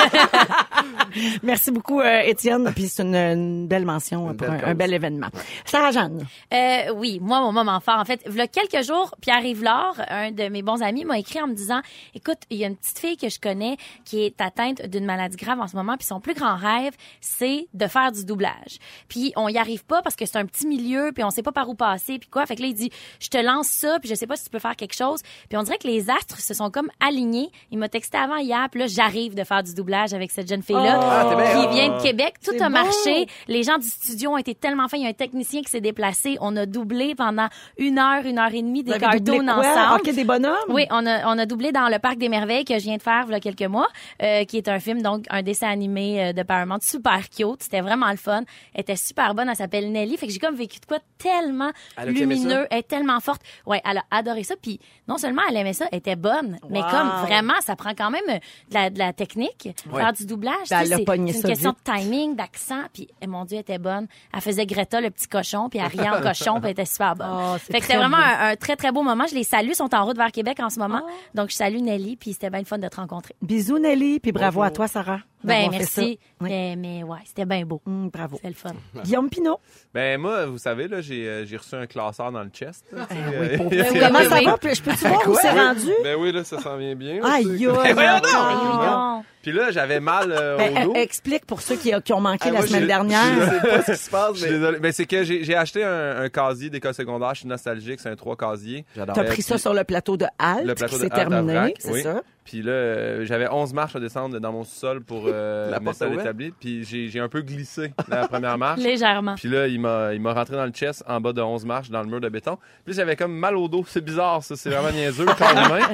Speaker 2: Merci beaucoup, euh, Étienne. Puis c'est une, une belle mention
Speaker 3: Une
Speaker 2: pour
Speaker 3: belle
Speaker 2: un,
Speaker 3: cause.
Speaker 2: un bel événement. Sarah-Jeanne.
Speaker 4: Euh, oui, moi, mon moment fort. En fait, il y a quelques jours, Pierre Yvelard, un de mes bons amis, m'a écrit en me disant Écoute, il y a une petite fille que je connais qui est atteinte d'une maladie grave en ce moment, puis son plus grand rêve, c'est de faire du doublage. Puis on y arrive pas parce que c'est un petit milieu, puis on sait pas par où passer, puis quoi. Fait que là, il dit Je te lance ça, puis je sais pas si tu peux faire quelque chose. Puis on dirait que les astres se sont comme alignés. Il m'a texté avant hier, puis là, j'arrive de faire du doublage avec cette jeune fille-là
Speaker 3: Ah, t'es bien.
Speaker 4: qui vient de Québec. Tout
Speaker 2: C'est
Speaker 4: a
Speaker 2: beau.
Speaker 4: marché. Les gens du studio ont été tellement fins. Il y a un technicien qui s'est déplacé. On a doublé pendant une heure, une heure et demie des
Speaker 2: Vous avez doublé
Speaker 4: cartoons
Speaker 2: quoi? Ah,
Speaker 4: ensemble.
Speaker 2: Hockey des bonhommes?
Speaker 4: Oui, on a, on a doublé dans Le Parc des Merveilles que je viens de faire il y a quelques mois, euh, qui est un film, donc un dessin animé euh, de Paramount, super cute. C'était vraiment le fun. Elle était super bonne. Elle s'appelle Nelly. Fait que j'ai comme vécu de quoi tellement
Speaker 3: Elle a aimé ça?
Speaker 4: lumineux. Elle est tellement forte. Ouais, elle a adoré ça. Puis non seulement elle aimait ça, elle était bonne, mais
Speaker 2: Wow.
Speaker 4: comme vraiment, ça prend quand même euh, de la, de la technique,
Speaker 3: Ouais.
Speaker 4: faire du doublage.
Speaker 2: Ben,
Speaker 4: Tu sais,
Speaker 2: elle a
Speaker 4: c'est
Speaker 2: pogné
Speaker 4: c'est une
Speaker 2: ça
Speaker 4: question
Speaker 2: vite.
Speaker 4: de timing, d'accent, puis eh, mon Dieu, elle était bonne. Elle faisait Greta le petit cochon, puis elle riait en cochon, puis elle était super bonne.
Speaker 2: Oh, c'est
Speaker 4: fait que
Speaker 2: très
Speaker 4: c'était vraiment
Speaker 2: bien.
Speaker 4: un, un très très beau moment. Je les salue, ils sont en route vers Québec en ce moment.
Speaker 2: Ah.
Speaker 4: Donc je salue Nelly, puis c'était bien le fun de te rencontrer.
Speaker 2: Bisous, Nelly. Puis bravo à toi, Sarah.
Speaker 4: Ben
Speaker 2: d'avoir Ben, fait
Speaker 4: merci.
Speaker 2: ça. Oui.
Speaker 4: Mais, mais ouais, c'était bien beau.
Speaker 2: Hum, bravo.
Speaker 4: C'était le fun.
Speaker 2: Guillaume Pinot.
Speaker 5: Ben moi, vous savez, là, j'ai euh, j'ai reçu un classeur dans le chest.
Speaker 2: Ben
Speaker 5: là, tu sais, euh,
Speaker 4: oui,
Speaker 2: Comment
Speaker 4: oui,
Speaker 2: ça
Speaker 4: oui.
Speaker 2: va? Puis Je peux-tu voir où c'est rendu?
Speaker 5: Ben oui, là, ça s'en vient bien. là, tu sais.
Speaker 2: Aïe, aïe,
Speaker 5: Ben, voyons donc!
Speaker 2: aïe.
Speaker 4: Non.
Speaker 5: Puis là, j'avais mal euh,
Speaker 2: Ben,
Speaker 5: au dos.
Speaker 2: euh, explique pour ceux qui, qui ont manqué
Speaker 3: Ah,
Speaker 2: la
Speaker 3: moi,
Speaker 2: semaine
Speaker 5: j'ai-
Speaker 3: Je
Speaker 2: dernière.
Speaker 3: sais pas ce qui se passe,
Speaker 5: Je suis
Speaker 3: mais
Speaker 5: désolé. Ben, c'est que j'ai j'ai acheté un, un casier d'école secondaire. Je suis nostalgique. C'est un trois casier.
Speaker 3: J'adore.
Speaker 2: T'as
Speaker 5: Euh,
Speaker 2: pris ça
Speaker 5: puis-
Speaker 2: sur le plateau de
Speaker 5: Le
Speaker 2: Halte
Speaker 5: plateau
Speaker 2: qui
Speaker 5: de
Speaker 2: s'est
Speaker 5: Halte à
Speaker 2: terminé,
Speaker 5: Vrac,
Speaker 2: c'est
Speaker 5: oui.
Speaker 2: ça?
Speaker 5: Puis là, euh, j'avais 11 marches à descendre dans mon sol pour euh,
Speaker 3: La
Speaker 5: la
Speaker 3: porte
Speaker 5: mettre à
Speaker 3: ouverte.
Speaker 5: l'établi. Puis j'ai j'ai un peu glissé dans la première marche.
Speaker 4: Légèrement.
Speaker 5: Puis là, il m'a il m'a rentré dans le chest en bas de 11 marches dans le mur de béton. Puis là, j'avais comme mal au dos. C'est bizarre, ça. C'est vraiment niaiseux, le corps humain.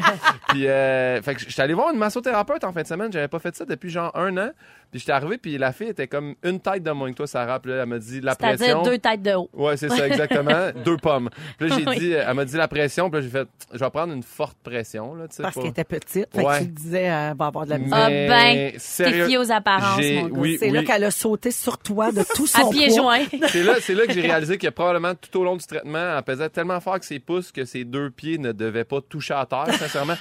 Speaker 5: Puis, euh, fait que j'étais allé voir une massothérapeute en fin de semaine. J'avais pas fait ça depuis genre un an. Puis j'étais arrivé, puis la fille était comme une tête de moins que toi, Sarah. Puis là, elle m'a dit la
Speaker 4: C'est-à-dire
Speaker 5: pression.
Speaker 4: deux têtes de haut.
Speaker 5: Ouais, c'est ça, exactement. Deux pommes. Puis là, j'ai
Speaker 4: Oui.
Speaker 5: dit, euh, elle m'a dit la pression, puis là, j'ai fait, je vais prendre une forte pression, là, tu sais.
Speaker 2: Parce
Speaker 5: pour-
Speaker 2: qu'elle était petite. Fait que
Speaker 5: Ouais.
Speaker 2: tu te disais, euh, va avoir de la misère.
Speaker 4: Ah
Speaker 5: Mais
Speaker 4: ben, t'es
Speaker 5: sérieux,
Speaker 4: fié aux apparences,
Speaker 5: j'ai-
Speaker 4: mon gars.
Speaker 5: oui,
Speaker 2: C'est là qu'elle a sauté sur toi de tout son
Speaker 4: À pieds
Speaker 2: poids.
Speaker 4: joints.
Speaker 5: C'est là, c'est là que j'ai réalisé que probablement tout au long du traitement, elle pesait tellement fort que ses pouces que ses deux pieds ne devaient pas toucher à terre, sincèrement.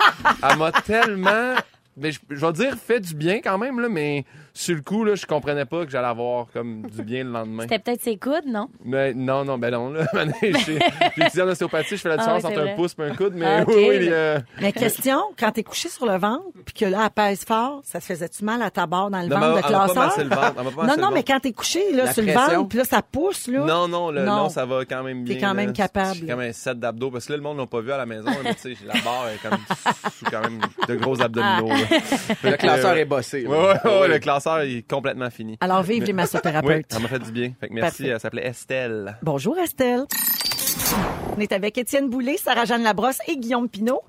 Speaker 5: Elle m'a tellement. Mais je, je vais dire fait du bien quand même, là, mais sur le coup, là, je comprenais pas que j'allais avoir comme du bien le lendemain.
Speaker 4: C'était peut-être ses coudes, non?
Speaker 5: Mais non, non, ben non, là. J'ai j'ai étudié en ostéopathie, je fais la
Speaker 4: Ah
Speaker 5: différence
Speaker 4: oui, c'est
Speaker 5: entre
Speaker 4: vrai.
Speaker 5: un pouce et un coude, mais
Speaker 4: Ah, ok,
Speaker 5: oui, oui,
Speaker 4: mais-
Speaker 5: il, euh,
Speaker 2: Mais question, quand t'es couché sur le ventre, puis que là, elle pèse fort, ça te faisait-tu mal à ta barre dans le
Speaker 5: Non,
Speaker 2: ventre
Speaker 5: mais
Speaker 2: de
Speaker 5: elle m'a pas
Speaker 2: classeur?
Speaker 5: massé le ventre, elle m'a pas
Speaker 2: non,
Speaker 5: massé
Speaker 2: non,
Speaker 5: le
Speaker 2: mais
Speaker 5: ventre.
Speaker 2: quand t'es couché là,
Speaker 3: La
Speaker 2: sur le
Speaker 3: pression.
Speaker 2: ventre, puis là, ça pousse, là.
Speaker 5: Non, non, le,
Speaker 2: Non.
Speaker 5: non. ça va quand même
Speaker 2: T'es
Speaker 5: bien.
Speaker 2: quand même
Speaker 5: là.
Speaker 2: capable.
Speaker 5: J'ai quand même 7 d'abdos parce que là, le monde l'a pas vu à la maison, mais tu sais, j'ai la barre est comme sous quand même de
Speaker 2: Ah.
Speaker 5: gros abdominaux. là. euh,
Speaker 3: le classeur est Ah bossé.
Speaker 5: Ouais, ouais, ouais, le classeur il est complètement fini.
Speaker 2: Alors, vive les
Speaker 5: Oui,
Speaker 2: massothérapeutes.
Speaker 5: ça m'a fait du bien. Fait que merci,
Speaker 2: Parfait.
Speaker 5: elle s'appelait Estelle.
Speaker 2: Bonjour, Estelle. On est avec Étienne Boulay, Sarah-Jeanne Labrosse et Guillaume Pinault.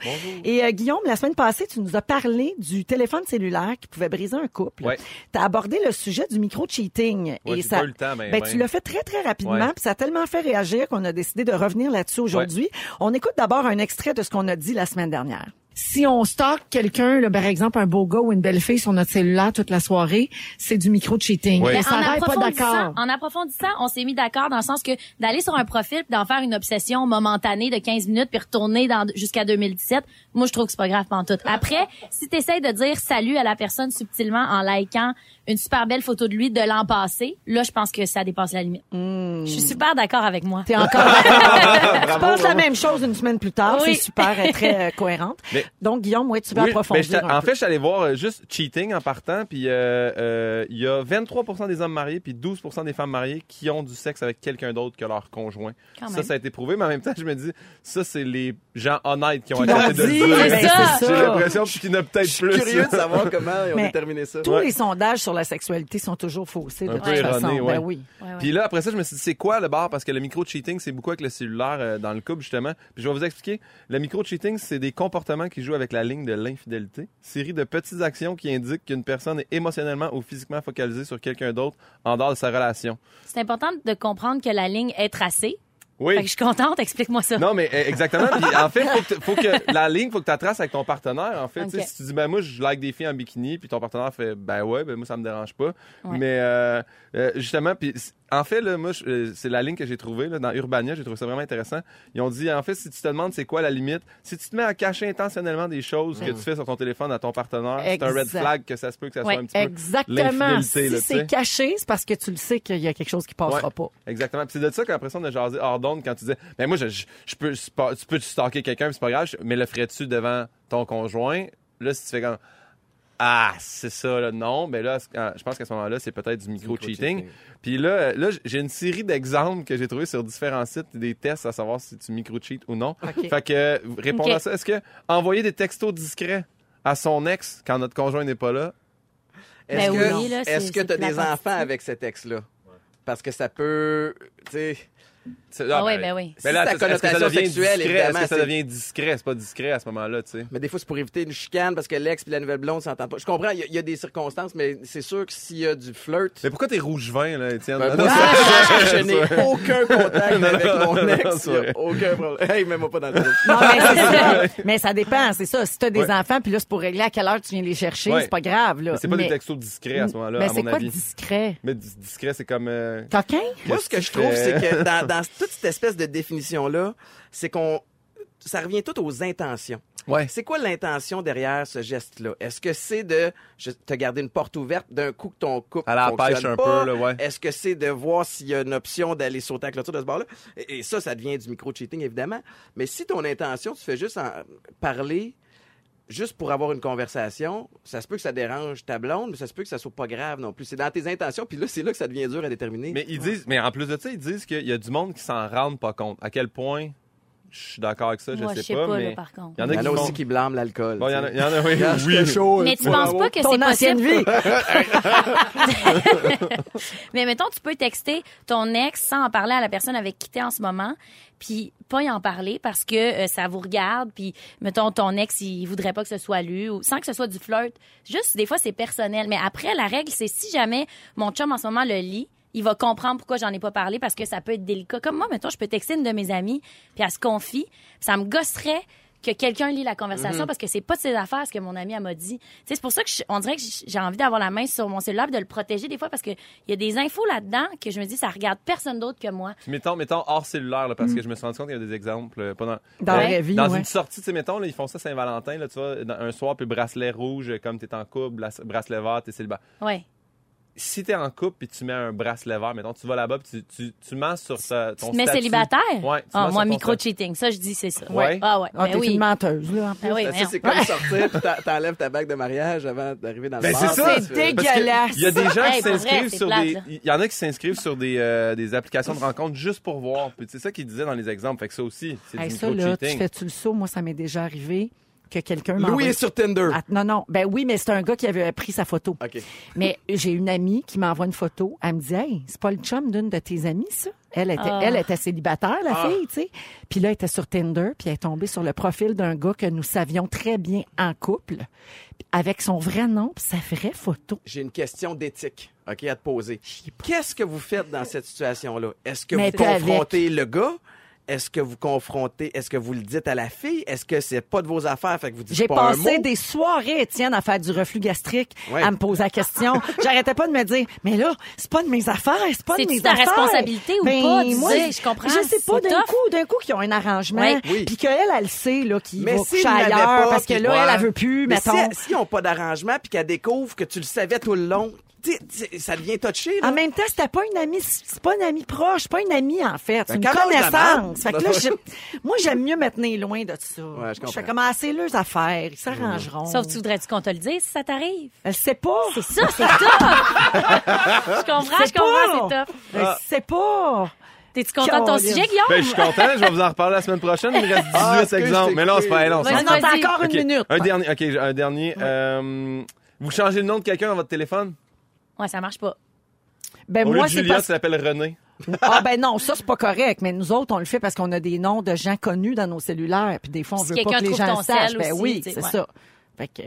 Speaker 2: Et euh, Guillaume, la semaine passée, tu nous as parlé du téléphone cellulaire qui pouvait briser un couple.
Speaker 5: Ouais.
Speaker 2: Tu as abordé le sujet du micro-cheating.
Speaker 5: Ouais,
Speaker 2: et
Speaker 5: j'ai pas eu le temps, mais
Speaker 2: ben,
Speaker 5: ben.
Speaker 2: tu l'as fait très, très rapidement.
Speaker 5: Ouais.
Speaker 2: Puis ça a tellement fait réagir qu'on a décidé de revenir là-dessus aujourd'hui. On écoute d'abord un extrait de ce qu'on a dit la semaine dernière.
Speaker 7: si on stocke quelqu'un, là, par exemple un beau gars ou une belle fille sur notre cellulaire toute la soirée, c'est du micro-cheating.
Speaker 5: Oui.
Speaker 7: Mais
Speaker 4: Ben, en,
Speaker 7: Sarah est pas
Speaker 4: approfondissant,
Speaker 7: d'accord.
Speaker 4: en approfondissant, on s'est mis d'accord dans le sens que d'aller sur un profil puis d'en faire une obsession momentanée de 15 minutes puis retourner dans, jusqu'à 2017, moi je trouve que c'est pas grave pantoute. Après, si tu de dire salut à la personne subtilement en likant une super belle photo de lui de l'an passé, là je pense que ça dépasse la limite. Je suis super d'accord avec moi.
Speaker 2: T'es encore d'accord. tu penses la même chose une semaine plus tard.
Speaker 4: Oui.
Speaker 2: C'est super, euh, très euh, cohérente.
Speaker 5: Mais-
Speaker 2: Donc, Guillaume, ouais, tu veux
Speaker 5: Oui, mais
Speaker 2: approfondir
Speaker 5: j'étais-
Speaker 2: un
Speaker 5: en
Speaker 2: peu.
Speaker 5: fait, je suis allé voir euh, juste cheating en partant, puis euh, euh, il y a 23 des hommes mariés puis 12 des femmes mariées qui ont du sexe avec quelqu'un d'autre que leur conjoint.
Speaker 4: Quand
Speaker 5: ça,
Speaker 4: même.
Speaker 5: ça a été prouvé, mais en même temps, je me dis, ça, c'est les gens honnêtes qui ont
Speaker 2: l'ont
Speaker 5: arrêté de le
Speaker 2: dit,
Speaker 5: dire.
Speaker 4: ben, c'est
Speaker 5: J'ai
Speaker 2: ça.
Speaker 5: l'impression qu'il y en a
Speaker 3: Je
Speaker 5: peut-être
Speaker 3: suis
Speaker 5: plus.
Speaker 3: curieux de savoir comment ils ont
Speaker 2: Mais
Speaker 3: déterminé ça.
Speaker 2: Tous
Speaker 5: Ouais.
Speaker 2: les sondages sur la sexualité sont toujours faussés, de
Speaker 5: Un
Speaker 2: toute
Speaker 5: peu erroné,
Speaker 2: façon.
Speaker 5: ouais.
Speaker 2: Ben oui.
Speaker 4: Ouais, ouais.
Speaker 5: Puis là, après ça, je me suis dit, c'est quoi le bar? Parce que le micro-cheating, c'est beaucoup avec le cellulaire euh, dans le couple, justement. Puis je vais vous expliquer. Le micro-cheating, c'est des comportements qui jouent avec la ligne de l'infidélité. Série de petites actions qui indiquent qu'une personne est émotionnellement ou physiquement focalisée sur quelqu'un d'autre en dehors de sa relation.
Speaker 4: C'est important de comprendre que la ligne est tracée.
Speaker 5: Oui.
Speaker 4: Fait que je suis contente, explique-moi ça.
Speaker 5: Non, mais euh, exactement. Puis, en fait, faut que, t- faut que la ligne, faut que tu traces avec ton partenaire. En fait, Tu sais,
Speaker 4: Ok.
Speaker 5: si tu dis, ben moi, je like des filles en bikini, puis ton partenaire fait, ben ouais, ben moi, ça me dérange pas.
Speaker 4: Ouais.
Speaker 5: Mais euh, euh, justement, puis c- en fait, là, moi, je- euh, c'est la ligne que j'ai trouvée là, dans Urbania. J'ai trouvé ça vraiment intéressant. Ils ont dit, en fait, si tu te demandes c'est quoi la limite, si tu te mets à cacher intentionnellement des
Speaker 4: Mm.
Speaker 5: choses que tu fais sur ton téléphone à ton partenaire, c'est un red
Speaker 2: Exact.
Speaker 5: flag que ça se peut que ça
Speaker 4: Ouais,
Speaker 5: soit un petit peu
Speaker 2: Exactement.
Speaker 5: l'infidélité,
Speaker 2: Si
Speaker 5: là, tu
Speaker 2: c'est
Speaker 5: sais.
Speaker 2: caché, c'est parce que tu le sais qu'il y a quelque chose qui passera
Speaker 5: Ouais,
Speaker 2: pas.
Speaker 5: Exactement. Puis c'est de ça que l'impression de jaser hors d'onde quand tu disais, mais moi, je, je, je peux, c'est pas- tu peux stalker quelqu'un, puis c'est pas grave, je- mais le ferais-tu devant ton conjoint? Là, si tu fais comme, ah, c'est ça, là, non, mais là, c'est- ah, je pense qu'à ce moment-là, c'est peut-être du micro-cheating.
Speaker 3: micro-cheating.
Speaker 5: Puis là, euh, là, j'ai une série d'exemples que j'ai trouvé sur différents sites, des tests à savoir si tu micro-cheats ou non.
Speaker 2: OK.
Speaker 5: Fait que, euh, répondre
Speaker 4: OK.
Speaker 5: à ça, est-ce que envoyer des textos discrets à son ex quand notre conjoint n'est pas là,
Speaker 3: Est-ce
Speaker 4: Ben
Speaker 3: que
Speaker 4: oui, là, c'est-
Speaker 3: est-ce que
Speaker 4: c'est
Speaker 3: t'as
Speaker 4: plate
Speaker 3: des
Speaker 4: en
Speaker 3: enfants
Speaker 4: style.
Speaker 3: avec cet ex-là? Parce que ça peut. Tu sais,
Speaker 5: c'est-
Speaker 4: Ah ouais, ben oui.
Speaker 5: Mais là,
Speaker 3: Si ta
Speaker 5: est-ce que ça
Speaker 3: connotation
Speaker 5: devient
Speaker 3: sexuelle,
Speaker 5: discret?
Speaker 3: évidemment,
Speaker 5: Est-ce
Speaker 3: c'est-
Speaker 5: que ça devient discret? C'est pas discret à ce moment-là, tu sais.
Speaker 3: mais des fois, c'est pour éviter une chicane parce que l'ex et la nouvelle blonde s'entendent pas. Je comprends, il y, a- il y a des circonstances, mais c'est sûr que s'il y a du flirt.
Speaker 5: Mais pourquoi t'es rouge vin, là, Étienne?
Speaker 3: Ben,
Speaker 5: Non,
Speaker 3: moi,
Speaker 5: non,
Speaker 3: je, je n'ai aucun contact
Speaker 5: Non,
Speaker 3: avec
Speaker 5: non,
Speaker 3: mon
Speaker 5: non, non,
Speaker 3: ex.
Speaker 5: c'est
Speaker 3: il y a
Speaker 5: vrai.
Speaker 3: aucun problème. Hey, mets-moi pas dans le dos.
Speaker 2: Non, mais, c'est ça. mais ça dépend, c'est ça. Si t'as des
Speaker 5: Ouais.
Speaker 2: enfants, puis là, c'est pour régler à quelle heure tu viens les chercher,
Speaker 5: Ouais.
Speaker 2: c'est pas grave, là.
Speaker 5: mais c'est pas
Speaker 2: Mais-
Speaker 5: des textos discrets à ce moment-là,
Speaker 2: Mais
Speaker 5: à
Speaker 2: c'est
Speaker 5: mon
Speaker 2: quoi
Speaker 5: avis.
Speaker 2: discret?
Speaker 5: Mais dis- discret, c'est comme. euh,
Speaker 2: Coquin?
Speaker 3: Moi, ce que je trouve, c'est que dans, dans toute cette espèce de définition-là, c'est qu'on. Ça revient tout aux intentions.
Speaker 5: Ouais.
Speaker 3: C'est quoi l'intention derrière ce geste-là? Est-ce que c'est de je- te garder une porte ouverte d'un coup que ton couple
Speaker 5: À la
Speaker 3: fonctionne
Speaker 5: pêche un
Speaker 3: pas?
Speaker 5: peu, là, ouais.
Speaker 3: Est-ce que c'est de voir s'il y a une option d'aller sauter à la clôture de ce bord-là? Et, et ça, ça devient du micro-cheating, évidemment. Mais si ton intention, tu fais juste en parler juste pour avoir une conversation, ça se peut que ça dérange ta blonde, mais ça se peut que ça soit pas grave non plus. C'est dans tes intentions, puis là, c'est là que ça devient dur à déterminer.
Speaker 5: Mais ils disent, mais en plus de ça, ils disent qu'il y a du monde qui s'en rendent pas compte. À quel point, je suis d'accord avec ça, je
Speaker 4: moi
Speaker 5: sais
Speaker 4: je sais
Speaker 5: pas,
Speaker 4: pas, là,
Speaker 5: mais.
Speaker 4: par contre.
Speaker 5: Il y en
Speaker 3: Il
Speaker 5: a
Speaker 3: y
Speaker 5: qui
Speaker 3: en a aussi
Speaker 5: font.
Speaker 3: qui blâment l'alcool.
Speaker 5: Bon, il y en a,
Speaker 3: tu
Speaker 5: il y en a, oui. oui.
Speaker 4: Mais tu penses pas que c'est
Speaker 2: Ton ancienne
Speaker 4: possible Ben
Speaker 2: vie.
Speaker 4: Mais mettons, tu peux texter ton ex sans en parler à la personne avec qui t'es en ce moment, puis pas y en parler parce que euh, ça vous regarde, puis mettons, ton ex, il voudrait pas que ce soit lu, ou sans que ce soit du flirt. Juste, des fois, c'est personnel. Mais après, la règle, c'est si jamais mon chum, en ce moment, le lit, il va comprendre pourquoi j'en ai pas parlé parce que ça peut être délicat. Comme moi, mettons, je peux texter une de mes amies, puis elle se confie, puis ça me gosserait que quelqu'un lit la conversation parce que c'est pas de ses affaires ce que mon ami elle m'a dit. Tu sais, c'est pour ça que je- on dirait que j- j'ai envie d'avoir la main sur mon cellulaire et de le protéger des fois parce que il y a des infos là-dedans que je me dis ça regarde personne d'autre que moi.
Speaker 5: Puis mettons, mettons hors cellulaire, là, parce que je me suis rendu compte qu'il y a des exemples. euh, pas dans
Speaker 2: Mm. Dans
Speaker 5: euh,
Speaker 2: la vraie vie,
Speaker 5: dans
Speaker 2: ouais.
Speaker 5: une sortie, tu sais, mettons, là, ils font ça Saint-Valentin, là, tu vois, dans- un soir, puis bracelet rouge, euh, comme t'es en couple, blas- bracelet vert, t'es célibataire.
Speaker 4: Ouais.
Speaker 5: si t'es en couple puis tu mets un bracelet vert, mettons, tu vas là-bas puis tu, tu, tu mens sur ta, ton
Speaker 4: Tu te mets
Speaker 5: statut.
Speaker 4: célibataire
Speaker 5: Ouais, tu
Speaker 4: Ah, moi
Speaker 5: mens sur ton
Speaker 4: micro cheating, ça je dis c'est ça.
Speaker 5: Ouais.
Speaker 4: Ah ouais.
Speaker 2: Ah,
Speaker 4: Ben
Speaker 2: t'es
Speaker 4: oui.
Speaker 2: une menteuse, là, en plus.
Speaker 4: Ben oui,
Speaker 3: Ça,
Speaker 4: voyons.
Speaker 3: c'est comme sortir, puis t'en- t'enlèves ta bague de mariage avant d'arriver dans le
Speaker 5: Ben,
Speaker 3: bar.
Speaker 5: c'est ça.
Speaker 3: Tu fais-
Speaker 5: Parce que
Speaker 2: Dégueulasse.
Speaker 5: Il y a des gens
Speaker 4: Ah, Hey,
Speaker 5: qui
Speaker 4: pour vrai,
Speaker 5: s'inscrivent
Speaker 4: c'est
Speaker 5: sur
Speaker 4: plate,
Speaker 5: des.
Speaker 4: là.
Speaker 5: Il y en a qui s'inscrivent sur des, euh, des applications de rencontres juste pour voir. Puis c'est ça qu'ils disaient dans les exemples. Fait que ça aussi, c'est
Speaker 2: Hey,
Speaker 5: du
Speaker 2: ça, là, tu
Speaker 5: micro-cheating.
Speaker 2: fais-tu le saut? Moi, ça m'est déjà arrivé.
Speaker 7: que quelqu'un m'a
Speaker 3: Louis
Speaker 7: envoyé-
Speaker 3: est sur Tinder.
Speaker 7: Ah, non, non. Ben oui, mais c'est un gars qui avait pris sa photo.
Speaker 3: OK.
Speaker 7: Mais j'ai une amie qui m'envoie une photo. Elle me dit, hey, c'est pas le chum d'une de tes amies, ça? Elle était, elle était célibataire, la fille, tu sais. Puis là, elle était sur Tinder, puis elle est tombée sur le profil d'un gars que nous savions très bien en couple, avec son vrai nom, puis sa vraie photo.
Speaker 3: J'ai une question d'éthique, OK, à te poser. Qu'est-ce que vous faites dans cette situation-là? Est-ce que
Speaker 7: Mais
Speaker 3: vous
Speaker 7: t'es avec.
Speaker 3: confrontez le gars? Est-ce que vous confrontez, est-ce que vous le dites à la fille? Est-ce que c'est pas de vos affaires, fait que vous dites
Speaker 7: J'ai
Speaker 3: pas un
Speaker 7: passé
Speaker 3: mot?
Speaker 7: des soirées, Étienne, à faire du reflux gastrique,
Speaker 3: Ouais.
Speaker 7: à me poser la question. J'arrêtais pas de me dire, mais là, c'est pas de mes affaires, c'est pas de
Speaker 4: C'est-tu
Speaker 7: mes
Speaker 4: ta
Speaker 7: affaires. Ben,
Speaker 4: responsabilité ou pas? Tu
Speaker 7: moi,
Speaker 4: sais, je comprends,
Speaker 7: Je sais pas,
Speaker 4: c'est
Speaker 7: d'un
Speaker 4: tough.
Speaker 7: coup, d'un coup, qu'ils ont un arrangement,
Speaker 4: Ouais.
Speaker 3: Oui.
Speaker 7: puis qu'elle, elle sait, là, qu'il va
Speaker 3: Mais
Speaker 7: coucher
Speaker 3: s'ils n'avaient
Speaker 7: ailleurs,
Speaker 3: pas,
Speaker 7: parce que
Speaker 3: puis-
Speaker 7: là, elle,
Speaker 3: Ouais.
Speaker 7: elle veut plus,
Speaker 3: Mais
Speaker 7: mettons.
Speaker 3: si- S'ils n'ont pas d'arrangement puis qu'elle découvre que tu le savais tout le long, tu sais, tu sais, ça devient touché. Là.
Speaker 7: En même temps, c'était pas une amie, c'est pas une amie proche, c'est pas une amie en fait, c'est
Speaker 3: Ben,
Speaker 7: une
Speaker 3: quand même,
Speaker 7: connaissance. Fait
Speaker 3: la
Speaker 7: que
Speaker 3: merde.
Speaker 7: là, j'ai- moi j'aime mieux me tenir loin de ça.
Speaker 3: Ouais, je comprends.
Speaker 7: fais comme assez leurs affaires, ils s'arrangeront.
Speaker 4: Sauf que tu voudrais-tu qu'on te le dise si ça t'arrive?
Speaker 7: Elle sait pas.
Speaker 4: C'est ça, c'est top! je comprends, je
Speaker 7: C'est pas.
Speaker 4: comprends, c'est top.
Speaker 7: Elle
Speaker 3: Ah.
Speaker 7: sait pas.
Speaker 4: T'es-tu content de ton
Speaker 7: Caroline.
Speaker 4: sujet, Guillaume?
Speaker 5: Ben, je suis content, je vais vous en reparler la semaine prochaine. Il me reste 18
Speaker 3: Ah, est-ce que je
Speaker 5: exemples.
Speaker 3: t'ai
Speaker 5: Mais non, c'est pas,
Speaker 3: coupé?
Speaker 5: non, c'est
Speaker 4: Vas-y,
Speaker 7: Non, non, t'as
Speaker 4: vas-y.
Speaker 7: encore
Speaker 5: Ok,
Speaker 7: une minute.
Speaker 5: Un dernier. OK, j'ai un dernier. Euh, vous changez le nom de quelqu'un dans votre téléphone?
Speaker 4: Ouais, ça marche pas.
Speaker 7: Ben
Speaker 5: Au lieu
Speaker 7: moi,
Speaker 5: de
Speaker 7: c'est
Speaker 5: Julia,
Speaker 7: parce
Speaker 5: ça s'appelle René.
Speaker 7: Ah ben non, ça c'est pas correct, mais nous autres on le fait parce qu'on a des noms de gens connus dans nos cellulaires, puis des fois on
Speaker 4: Si
Speaker 7: veut pas
Speaker 4: quelqu'un
Speaker 7: que les
Speaker 4: trouve
Speaker 7: gens
Speaker 4: ton
Speaker 7: sachent.
Speaker 4: sel
Speaker 7: Ben
Speaker 4: aussi,
Speaker 7: oui,
Speaker 4: tu sais,
Speaker 7: c'est
Speaker 4: ouais.
Speaker 7: ça. Fait que euh,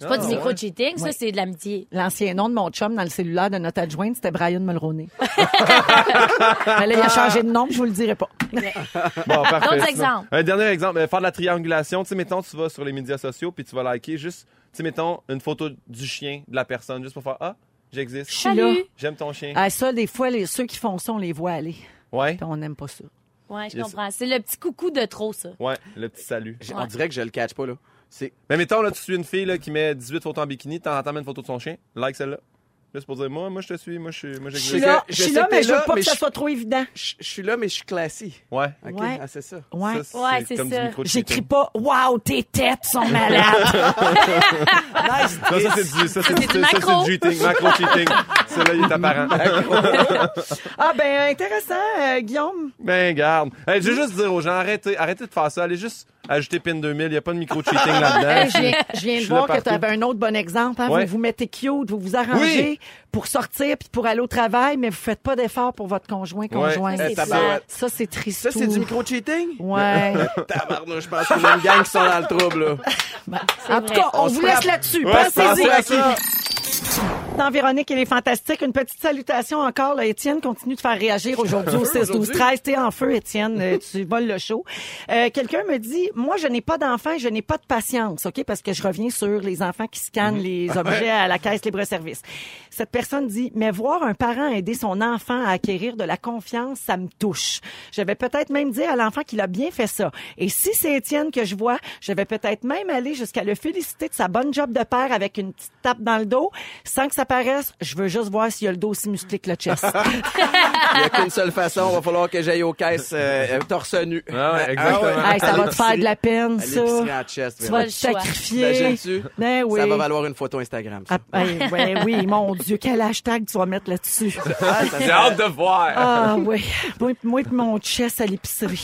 Speaker 4: C'est pas du
Speaker 5: Ah,
Speaker 4: micro-cheating, ça,
Speaker 7: Ouais.
Speaker 4: c'est de l'amitié.
Speaker 7: l'ancien nom de mon chum dans le cellulaire de notre adjointe, c'était Brian Mulroney. Mais là, il a changé de nom, puis je vous le dirai pas.
Speaker 5: Bon, parfait.
Speaker 4: D'autres
Speaker 5: Sinon,
Speaker 4: exemples.
Speaker 5: Un dernier exemple, euh, faire de la triangulation. Tu sais, mettons, tu vas sur les médias sociaux puis tu vas liker juste, tu sais, mettons, une photo du chien de la personne juste pour faire Ah, j'existe.
Speaker 7: suis là.
Speaker 4: Salut!
Speaker 5: J'aime ton chien.
Speaker 7: Ah, ça, des fois, les, ceux qui font ça, on les voit aller.
Speaker 5: Ouais.
Speaker 7: Puis on n'aime pas ça.
Speaker 4: Ouais, je
Speaker 5: Yes.
Speaker 4: comprends. C'est le petit coucou de trop, ça.
Speaker 5: Ouais, le petit salut.
Speaker 3: J'ai- On dirait que je le catch pas, là. C'est
Speaker 5: Mais mettons, là, tu suis une fille là, qui met 18 photos en bikini, t'en entends une photo de son chien, like celle-là. Juste pour dire Moi, moi, je te suis, moi, je suis- moi,
Speaker 7: Je
Speaker 5: j'existe.
Speaker 7: suis
Speaker 3: sais
Speaker 7: là,
Speaker 3: que-
Speaker 7: je
Speaker 3: je
Speaker 7: suis
Speaker 3: sais
Speaker 7: là,
Speaker 3: que
Speaker 7: mais
Speaker 3: t'es
Speaker 7: je veux
Speaker 3: là,
Speaker 7: pas
Speaker 3: mais
Speaker 7: que ça
Speaker 3: je-
Speaker 7: soit trop évident.
Speaker 3: je je suis là, mais je suis classé.
Speaker 5: Ouais.
Speaker 3: OK,
Speaker 7: Ouais.
Speaker 3: ah, c'est ça.
Speaker 7: Ouais.
Speaker 5: Ça,
Speaker 4: Ouais, c'est
Speaker 5: comme
Speaker 4: ça.
Speaker 5: du micro-cheating.
Speaker 7: J'écris pas Wow, tes têtes sont malades.
Speaker 3: Nice.
Speaker 5: Non, ça,
Speaker 4: du
Speaker 5: c'est du, ça, c'est du, ça, c'est du
Speaker 4: macro.
Speaker 5: cheating, macro-cheating. Celui-là, il est apparent.
Speaker 7: ah ben intéressant, euh, Guillaume.
Speaker 5: Ben, garde. Hey, je veux juste dire aux gens, arrêtez, arrêtez de faire ça. Allez juste ajouter PIN 2000. Il n'y a pas de micro-cheating
Speaker 7: Hey,
Speaker 5: là-dedans.
Speaker 7: je viens, je viens
Speaker 5: Je
Speaker 7: de
Speaker 5: suis
Speaker 7: voir
Speaker 5: là
Speaker 7: que tu avais un autre bon exemple. hein.
Speaker 5: Ouais.
Speaker 7: Vous vous mettez cute, vous vous arrangez pour sortir puis pour aller au travail, mais vous faites pas d'efforts pour votre conjoint, conjointe.
Speaker 4: Ça, c'est
Speaker 3: Eh, t'as
Speaker 4: plate.
Speaker 3: pas-
Speaker 7: Euh, Ça, c'est triste.
Speaker 3: Ça, c'est du micro-cheating?
Speaker 7: Ouais.
Speaker 3: Tabarnouche, je pense qu'on a une gang qui sont dans le trouble, là.
Speaker 7: en tout
Speaker 4: vrai.
Speaker 7: cas, on,
Speaker 3: On se
Speaker 7: vous
Speaker 3: frappe.
Speaker 7: laisse là-dessus.
Speaker 5: Ouais,
Speaker 7: Pensez-y.
Speaker 5: pensez à ça.
Speaker 7: Dans Véronique, elle est fantastique. Une petite salutation encore. Là. Étienne continue de faire réagir aujourd'hui au 16, 12, 13. T'es en feu, Étienne. Euh, tu voles le show. Euh, Quelqu'un me dit, moi, je n'ai pas d'enfants, je n'ai pas de patience, OK? Parce que je reviens sur les enfants qui scannent les objets à la caisse libre-service. Cette personne dit, mais voir un parent aider son enfant à acquérir de la confiance, ça me touche. Je vais peut-être même dire à l'enfant qu'il a bien fait ça. Et si c'est Étienne que je vois, je vais peut-être même aller jusqu'à le féliciter de sa bonne job de père avec une petite tape dans le dos, sans que ça paraisse. Je veux juste voir s'il a le dos aussi musclé que le chest.
Speaker 3: Il n'y a qu'une seule façon. Il va falloir que j'aille aux caisses euh, euh, torse nu.
Speaker 5: Ah ouais, exactement.
Speaker 7: Hey, ça va te faire de la peine,
Speaker 3: À
Speaker 7: ça.
Speaker 3: l'épicerie en chest.
Speaker 7: Tu
Speaker 3: vraiment.
Speaker 7: vas te
Speaker 4: le choix.
Speaker 7: sacrifier.
Speaker 3: T'imagines-tu?
Speaker 7: Ben oui.
Speaker 3: Ça va valoir une photo Instagram.
Speaker 7: Ah,
Speaker 3: ça.
Speaker 7: ben, ben oui, mon Dieu, quel hashtag tu vas mettre là-dessus?
Speaker 3: Ah, ça-
Speaker 5: J'ai hâte de voir.
Speaker 7: Ah oui, moi, moi et mon chess à l'épicerie.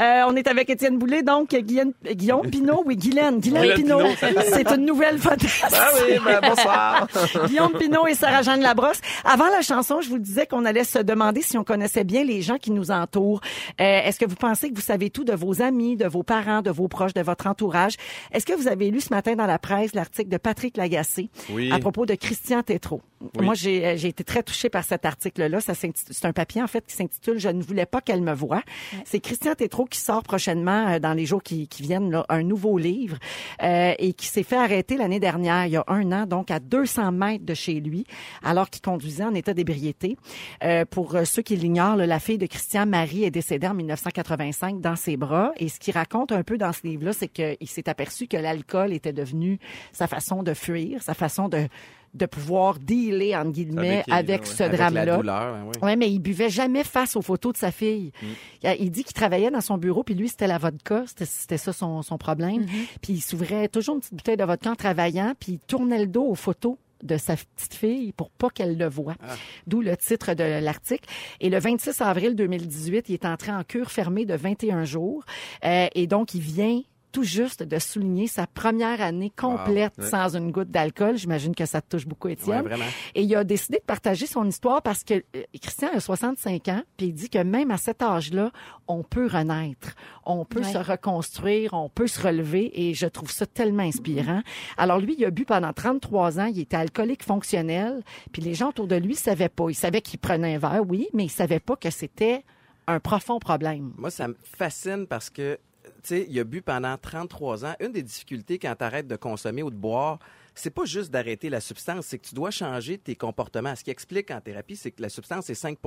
Speaker 7: Euh, on est avec Étienne Boulay, donc Guillaume, Guillaume Pinot, oui, Guylaine, Guylaine
Speaker 5: Guylaine
Speaker 7: Pinot.
Speaker 5: Pinault,
Speaker 7: C'est une nouvelle fantastique.
Speaker 5: Ah oui, ben, bonsoir.
Speaker 7: Guillaume Pinot et Sarah-Jeanne Labrosse. Avant la chanson, je vous le disais qu'on allait se demander si on connaissait bien les gens qui nous entourent. Euh, Est-ce que vous pensez que vous savez tout de vos amis, de vos parents, de vos proches, de votre entourage? Est-ce que vous avez lu ce matin dans la presse l'article de Patrick Lagacé
Speaker 5: Oui.
Speaker 7: à propos de Christian Tétrault? Moi, j'ai euh, j'ai été très touchée par cet article-là. Ça s'intitu- C'est un papier, en fait, qui s'intitule « Je ne voulais pas qu'elle me voie C'est Christian Tétrault qui sort prochainement, euh, dans les jours qui, qui viennent, là, un nouveau livre euh, et qui s'est fait arrêter l'année dernière, il y a un an, donc à 200 mètres de chez lui, alors qu'il conduisait en état d'ébriété. Euh, pour euh, ceux qui l'ignorent, là, la fille de Christian Marie est décédée en 1985 dans ses bras. Et ce qu'il raconte un peu dans ce livre-là, c'est qu'il s'est aperçu que l'alcool était devenu sa façon de fuir, sa façon de de pouvoir dealer, entre guillemets,
Speaker 5: Avec les-
Speaker 7: avec,
Speaker 5: ouais,
Speaker 7: ce
Speaker 3: Avec
Speaker 7: drame-là.
Speaker 3: la douleur, hein, oui.
Speaker 7: Oui, mais il buvait jamais face aux photos de sa fille.
Speaker 5: Mm.
Speaker 7: Il- Il dit qu'il travaillait dans son bureau, puis lui, c'était la vodka, c'était- c'était ça son, son problème.
Speaker 5: Mm-hmm.
Speaker 7: Puis il s'ouvrait toujours une petite bouteille de vodka en travaillant, puis il tournait le dos aux photos de sa petite fille pour pas qu'elle le voie.
Speaker 5: Ah.
Speaker 7: D'où le titre de l'article. Et le 26 avril 2018, il est entré en cure fermée de 21 jours. Euh, et donc, il vient tout tout juste de souligner sa première année complète
Speaker 5: Wow. Ouais.
Speaker 7: sans une goutte d'alcool. J'imagine que ça te touche beaucoup, Étienne.
Speaker 3: Ouais, vraiment.
Speaker 7: Et il a décidé de partager son histoire parce que euh, Christian a 65 ans, puis il dit que même à cet âge-là, on peut renaître, on peut
Speaker 4: Ouais.
Speaker 7: se reconstruire, on peut se relever, et je trouve ça tellement inspirant. Alors lui, il a bu pendant 33 ans, il était alcoolique fonctionnel, puis les gens autour de lui savaient pas. Ils savaient qu'il prenait un verre, oui, mais ils savaient pas que c'était un profond problème.
Speaker 3: Moi, ça me fascine parce que, tu sais, il a bu pendant 33 ans. Une des difficultés quand tu arrêtes de consommer ou de boire, c'est pas juste d'arrêter la substance, c'est que tu dois changer tes comportements. Ce qui explique en thérapie, c'est que la substance, c'est 5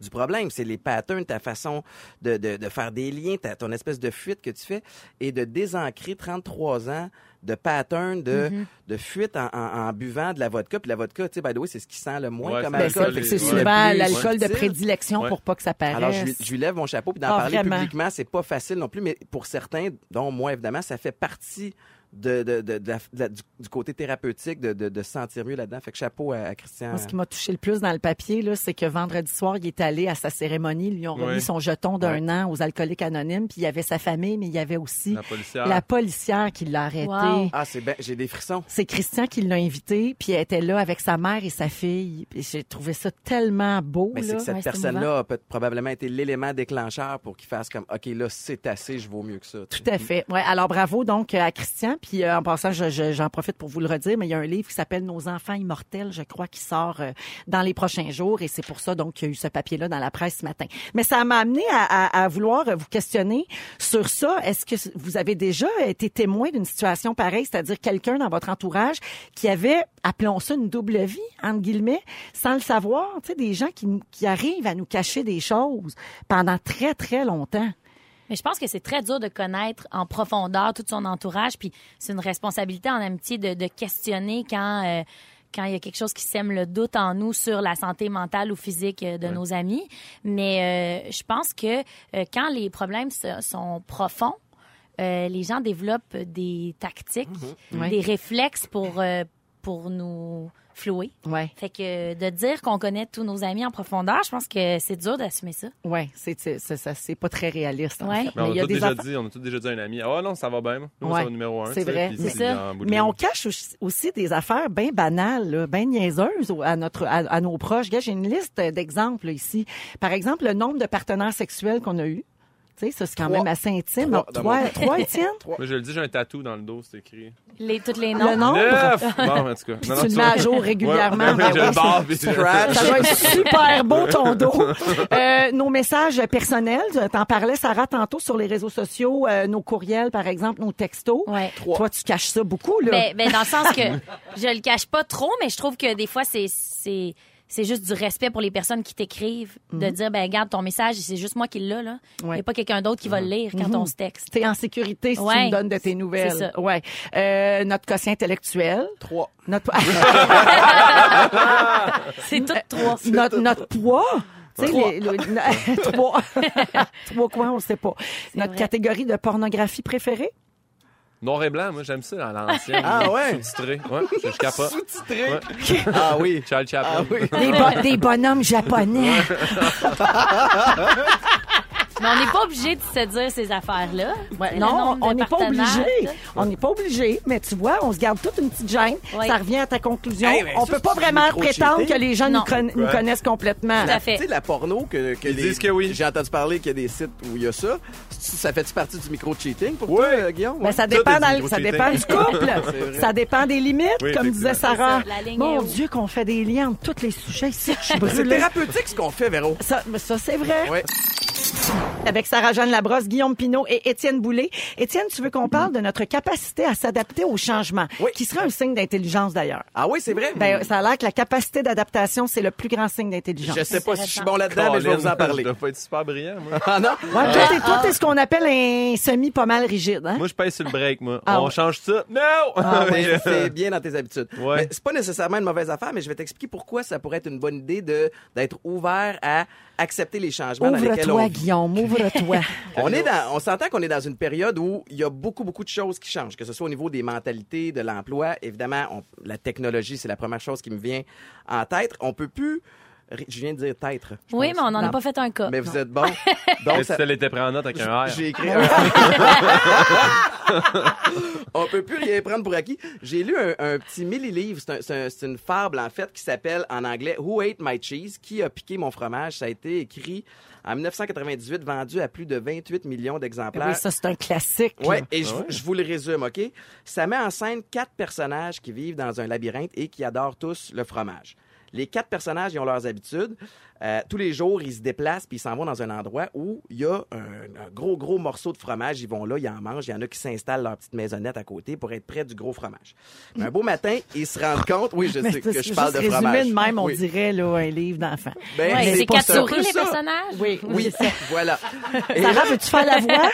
Speaker 3: du problème. C'est les patterns, ta façon de, de, de faire des liens, ta, ton espèce de fuite que tu fais et de désancrer 33 ans de patterns de,
Speaker 7: Mm-hmm.
Speaker 3: de fuite en, en- en buvant de la vodka. Puis la vodka, tu sais, by the way, c'est ce qui sent le moins
Speaker 5: Ouais,
Speaker 3: comme
Speaker 5: c'est
Speaker 3: alcool.
Speaker 5: l'alcool,
Speaker 7: fait que
Speaker 5: les-
Speaker 7: Ben, c'est
Speaker 5: ouais.
Speaker 7: souvent
Speaker 5: Le plus
Speaker 7: l'alcool de
Speaker 3: subtil.
Speaker 7: prédilection
Speaker 5: Ouais.
Speaker 7: pour pas que ça paraisse.
Speaker 3: Alors, je lui, je lui lève mon chapeau, puis d'en
Speaker 7: Ah,
Speaker 3: parler
Speaker 7: vraiment?
Speaker 3: publiquement, c'est pas facile non plus, mais pour certains, dont moi, évidemment, ça fait partie de, de- de- de la- de la- du, du côté thérapeutique, de, de, de se sentir mieux là-dedans. Fait que chapeau à, à
Speaker 5: Euh.
Speaker 3: Christian.
Speaker 7: Moi, ce qui m'a touché le plus dans le papier, là, c'est que vendredi soir, il est allé à sa cérémonie. Ils lui ont remis
Speaker 5: Ouais.
Speaker 7: son jeton d'un an aux alcooliques anonymes. Puis il y avait sa famille, mais il y avait aussi
Speaker 5: La policière.
Speaker 7: la policière qui l'a arrêté.
Speaker 4: Wow.
Speaker 3: Ah, c'est bien, j'ai des frissons.
Speaker 7: C'est Christian qui l'a invité, puis elle était là avec sa mère et sa fille. Et J'ai trouvé ça tellement beau.
Speaker 3: Mais c'est
Speaker 7: là.
Speaker 3: que cette
Speaker 4: ouais, c'est
Speaker 3: personne-là a peut- probablement été l'élément déclencheur pour qu'il fasse comme, OK, là, c'est assez, je vaux mieux que ça. tu sais.
Speaker 7: Tout à fait. Ouais. Alors bravo donc euh, à Christian. Puis euh, en passant, je- je- j'en profite pour vous le redire, mais il y a un livre qui s'appelle Nos enfants immortels, je crois, qui sort euh, dans les prochains jours, et c'est pour ça donc qu'il y a eu ce papier-là dans la presse ce matin. Mais ça m'a amené à, à- à vouloir euh, vous questionner sur ça. Est-ce que vous avez déjà été témoin d'une situation pareille, c'est-à-dire quelqu'un dans votre entourage qui avait, appelons ça une double vie entre guillemets, sans le savoir, tu sais, des gens qui, nous- qui arrivent à nous cacher des choses pendant très très longtemps.
Speaker 4: Mais je pense que c'est très dur de connaître en profondeur tout son entourage, puis c'est une responsabilité en amitié de, de questionner quand euh, quand il y a quelque chose qui sème le doute en nous sur la santé mentale ou physique euh, de nos amis. Mais euh, je pense que euh, quand les problèmes se- sont profonds, euh, les gens développent des tactiques,
Speaker 7: Mhm.
Speaker 4: des réflexes pour euh, pour nous flouer.
Speaker 7: Ouais.
Speaker 4: Fait que de dire qu'on connaît tous nos amis en profondeur, je pense que c'est dur d'assumer ça.
Speaker 7: Oui, c'est c'est- c'est- ça- c'est pas très réaliste. en
Speaker 4: Ouais.
Speaker 7: fait.
Speaker 5: Mais Ben, on
Speaker 7: il y
Speaker 5: a
Speaker 7: a
Speaker 5: tous
Speaker 7: des
Speaker 5: déjà
Speaker 7: affaires-
Speaker 5: dit, on a tous déjà dit à un ami, ah non, ça va bien, moi. nous,
Speaker 7: Ouais,
Speaker 5: c'est au numéro un.
Speaker 7: c'est
Speaker 5: tu sais,
Speaker 7: vrai,
Speaker 5: puis
Speaker 4: c'est ça.
Speaker 5: en bout de
Speaker 7: Mais
Speaker 5: ligne.
Speaker 7: on cache aussi- aussi des affaires bien banales, là, bien niaiseuses au- à, notre, à, à nos proches. Regarde, J'ai une liste d'exemples là, ici. Par exemple, le nombre de partenaires sexuels qu'on a eu. Tu sais, ça, c'est quand
Speaker 3: Trois.
Speaker 7: même assez
Speaker 3: Trois,
Speaker 7: intime. Alors,
Speaker 3: dans
Speaker 7: Trois,
Speaker 3: mon-
Speaker 7: trois, Étienne?
Speaker 5: Moi, je le dis, j'ai un tatou dans le dos, c'est écrit.
Speaker 4: Les, toutes les noms.
Speaker 7: Le nombre?
Speaker 5: Neuf! Bon, en tout cas.
Speaker 7: Puis
Speaker 5: Non, non,
Speaker 7: tu le mets à jour régulièrement.
Speaker 5: Ouais,
Speaker 7: Ben
Speaker 5: je le
Speaker 7: oui, c'est-
Speaker 5: barre, puis je-
Speaker 3: Scratch.
Speaker 7: Ça va être super beau ton dos. Euh, nos messages personnels, euh, t'en parlais Sarah tantôt sur les réseaux sociaux, euh, nos courriels par exemple, nos textos.
Speaker 4: Ouais.
Speaker 7: Toi tu caches ça beaucoup là.
Speaker 4: Ben, ben, dans le sens que je le cache pas trop, mais je trouve que des fois, c'est, c'est, c'est juste du respect pour les personnes qui t'écrivent, de dire, ben, garde ton message, c'est juste moi qui l'ai, là. Il
Speaker 7: Ouais.
Speaker 4: a pas quelqu'un d'autre qui va le lire quand on se texte.
Speaker 7: T'es en sécurité si tu
Speaker 4: Ouais.
Speaker 7: me donnes de tes nouvelles.
Speaker 4: C'est ça.
Speaker 7: Ouais. Euh, notre quotient intellectuel.
Speaker 3: Trois.
Speaker 7: Notre,
Speaker 4: C'est toutes trois.
Speaker 7: notre, notre poids. Tu sais, les- le- na- trois. Trois coins, on sait pas. Notre
Speaker 4: vrai.
Speaker 7: catégorie de pornographie préférée.
Speaker 5: Noir et blanc, moi, j'aime ça, à l'ancien.
Speaker 3: Ah ouais?
Speaker 5: Sous-titré. Ouais, je, je capote.
Speaker 3: Sous-titré.
Speaker 5: Ouais.
Speaker 3: Ah oui.
Speaker 5: Charles Chaplin.
Speaker 3: Ah oui.
Speaker 7: Des, bo- des bonhommes japonais.
Speaker 4: Mais on n'est pas obligé de se dire ces affaires-là. Le
Speaker 7: non,
Speaker 4: nombre
Speaker 7: on
Speaker 4: de
Speaker 7: n'est pas
Speaker 4: partenaires,
Speaker 7: obligé.
Speaker 4: tout.
Speaker 7: On n'est pas obligé, mais tu vois, on se garde toute une petite gêne.
Speaker 4: Oui.
Speaker 7: Ça revient à ta conclusion.
Speaker 3: Hey, mais
Speaker 7: on
Speaker 3: ça,
Speaker 7: peut pas
Speaker 3: c'est
Speaker 7: vraiment
Speaker 3: du
Speaker 7: prétendre
Speaker 3: micro-cheating.
Speaker 7: que les gens nous,
Speaker 4: Non.
Speaker 7: conna- nous
Speaker 5: Ouais.
Speaker 7: connaissent complètement.
Speaker 4: Tout à fait.
Speaker 3: Tu sais, la porno que, que
Speaker 5: Ils
Speaker 3: les-
Speaker 5: disent que oui.
Speaker 3: J'ai entendu parler qu'il y a des sites où il y a ça. Ça fait-tu partie du micro-cheating pour
Speaker 5: Oui.
Speaker 3: toi, euh, Guillaume?
Speaker 7: Ben, ça
Speaker 5: Tout
Speaker 7: dépend,
Speaker 5: est
Speaker 7: dans-
Speaker 5: du
Speaker 7: ça
Speaker 5: micro-cheating.
Speaker 7: dépend du couple.
Speaker 3: C'est vrai.
Speaker 7: ça dépend des limites,
Speaker 5: Oui,
Speaker 7: comme disait
Speaker 5: effectivement.
Speaker 7: Sarah.
Speaker 4: C'est ça, la ligne
Speaker 7: Mon
Speaker 4: est haute.
Speaker 7: Dieu, qu'on fait des liens entre tous les sujets ici. Je suis
Speaker 3: Ben, C'est
Speaker 7: brûlée.
Speaker 3: thérapeutique ce qu'on fait, Véro.
Speaker 7: Ça, mais ça, c'est vrai.
Speaker 3: Oui.
Speaker 7: Avec Sarah-Jeanne Labrosse, Guillaume Pinault et Étienne Boulay. Étienne, tu veux qu'on parle de notre capacité à s'adapter au changement,
Speaker 3: Oui.
Speaker 7: qui serait un signe d'intelligence d'ailleurs.
Speaker 3: Ah oui, c'est vrai.
Speaker 7: Ben, ça a l'air que la capacité d'adaptation, c'est le plus grand signe d'intelligence.
Speaker 3: Je sais pas
Speaker 4: C'est
Speaker 3: si je suis
Speaker 4: récent.
Speaker 3: bon là-dedans, mais je vais vous en
Speaker 5: Je
Speaker 3: parler.
Speaker 5: dois pas être super brillant, moi.
Speaker 3: Ah non?
Speaker 7: Ouais, toi, t'es, toi, t'es ce qu'on appelle un semi pas mal rigide, hein?
Speaker 5: Moi, je pèse sur le break, moi.
Speaker 7: Ah
Speaker 5: on
Speaker 7: ouais.
Speaker 5: change ça. Non!
Speaker 3: Mais Ah c'est bien dans tes habitudes.
Speaker 5: Ouais.
Speaker 3: Mais c'est pas nécessairement une mauvaise affaire, mais je vais t'expliquer pourquoi ça pourrait être une bonne idée de d'être ouvert à accepter les changements dans lesquels on
Speaker 7: Ouvre-toi,
Speaker 3: vit.
Speaker 7: Guillaume, ouvre-toi.
Speaker 3: On est dans, on s'entend qu'on est dans une période où il y a beaucoup, beaucoup de choses qui changent, que ce soit au niveau des mentalités, de l'emploi. Évidemment, on- la technologie, c'est la première chose qui me vient en tête. On peut plus Ré- Je viens de dire tête. je
Speaker 4: Oui,
Speaker 3: pense.
Speaker 4: mais on n'en a pas fait un cas.
Speaker 3: Mais vous êtes bon. Donc, ça-
Speaker 5: elle était pris en note avec un R.
Speaker 3: j'ai écrit un- On peut plus rien prendre pour acquis. J'ai lu un, un petit millilivre. C'est un- c'est un- c'est une fable, en fait, qui s'appelle en anglais Who Ate My Cheese? Qui a piqué mon fromage? Ça a été écrit en 1998, vendu à plus de 28 millions d'exemplaires.
Speaker 7: Eh Oui, ça, c'est un classique. là.
Speaker 3: Ouais, et je, vous- je vous le résume, OK? Ça met en scène quatre personnages qui vivent dans un labyrinthe et qui adorent tous le fromage. Les quatre personnages, ils ont leurs habitudes. Euh, tous les jours, ils se déplacent puis ils s'en vont dans un endroit où il y a un, un gros, gros morceau de fromage. Ils vont là, ils en mangent. Il y en a qui s'installent leur petite maisonnette à côté pour être près du gros fromage. Mais un beau matin, ils se rendent compte... Oui, je
Speaker 7: Mais
Speaker 3: sais
Speaker 7: c'est parce
Speaker 3: que je parle de
Speaker 7: juste
Speaker 3: fromage.
Speaker 7: résumé de même, on
Speaker 3: Oui.
Speaker 7: dirait là, un livre d'enfant.
Speaker 3: Ben,
Speaker 4: Ouais, c'est
Speaker 3: pas
Speaker 4: quatre
Speaker 3: ça.
Speaker 4: souris, les
Speaker 3: Ça.
Speaker 4: personnages?
Speaker 7: Oui,
Speaker 3: Oui, voilà. Et là-
Speaker 7: Sarah, veux-tu faire la voix?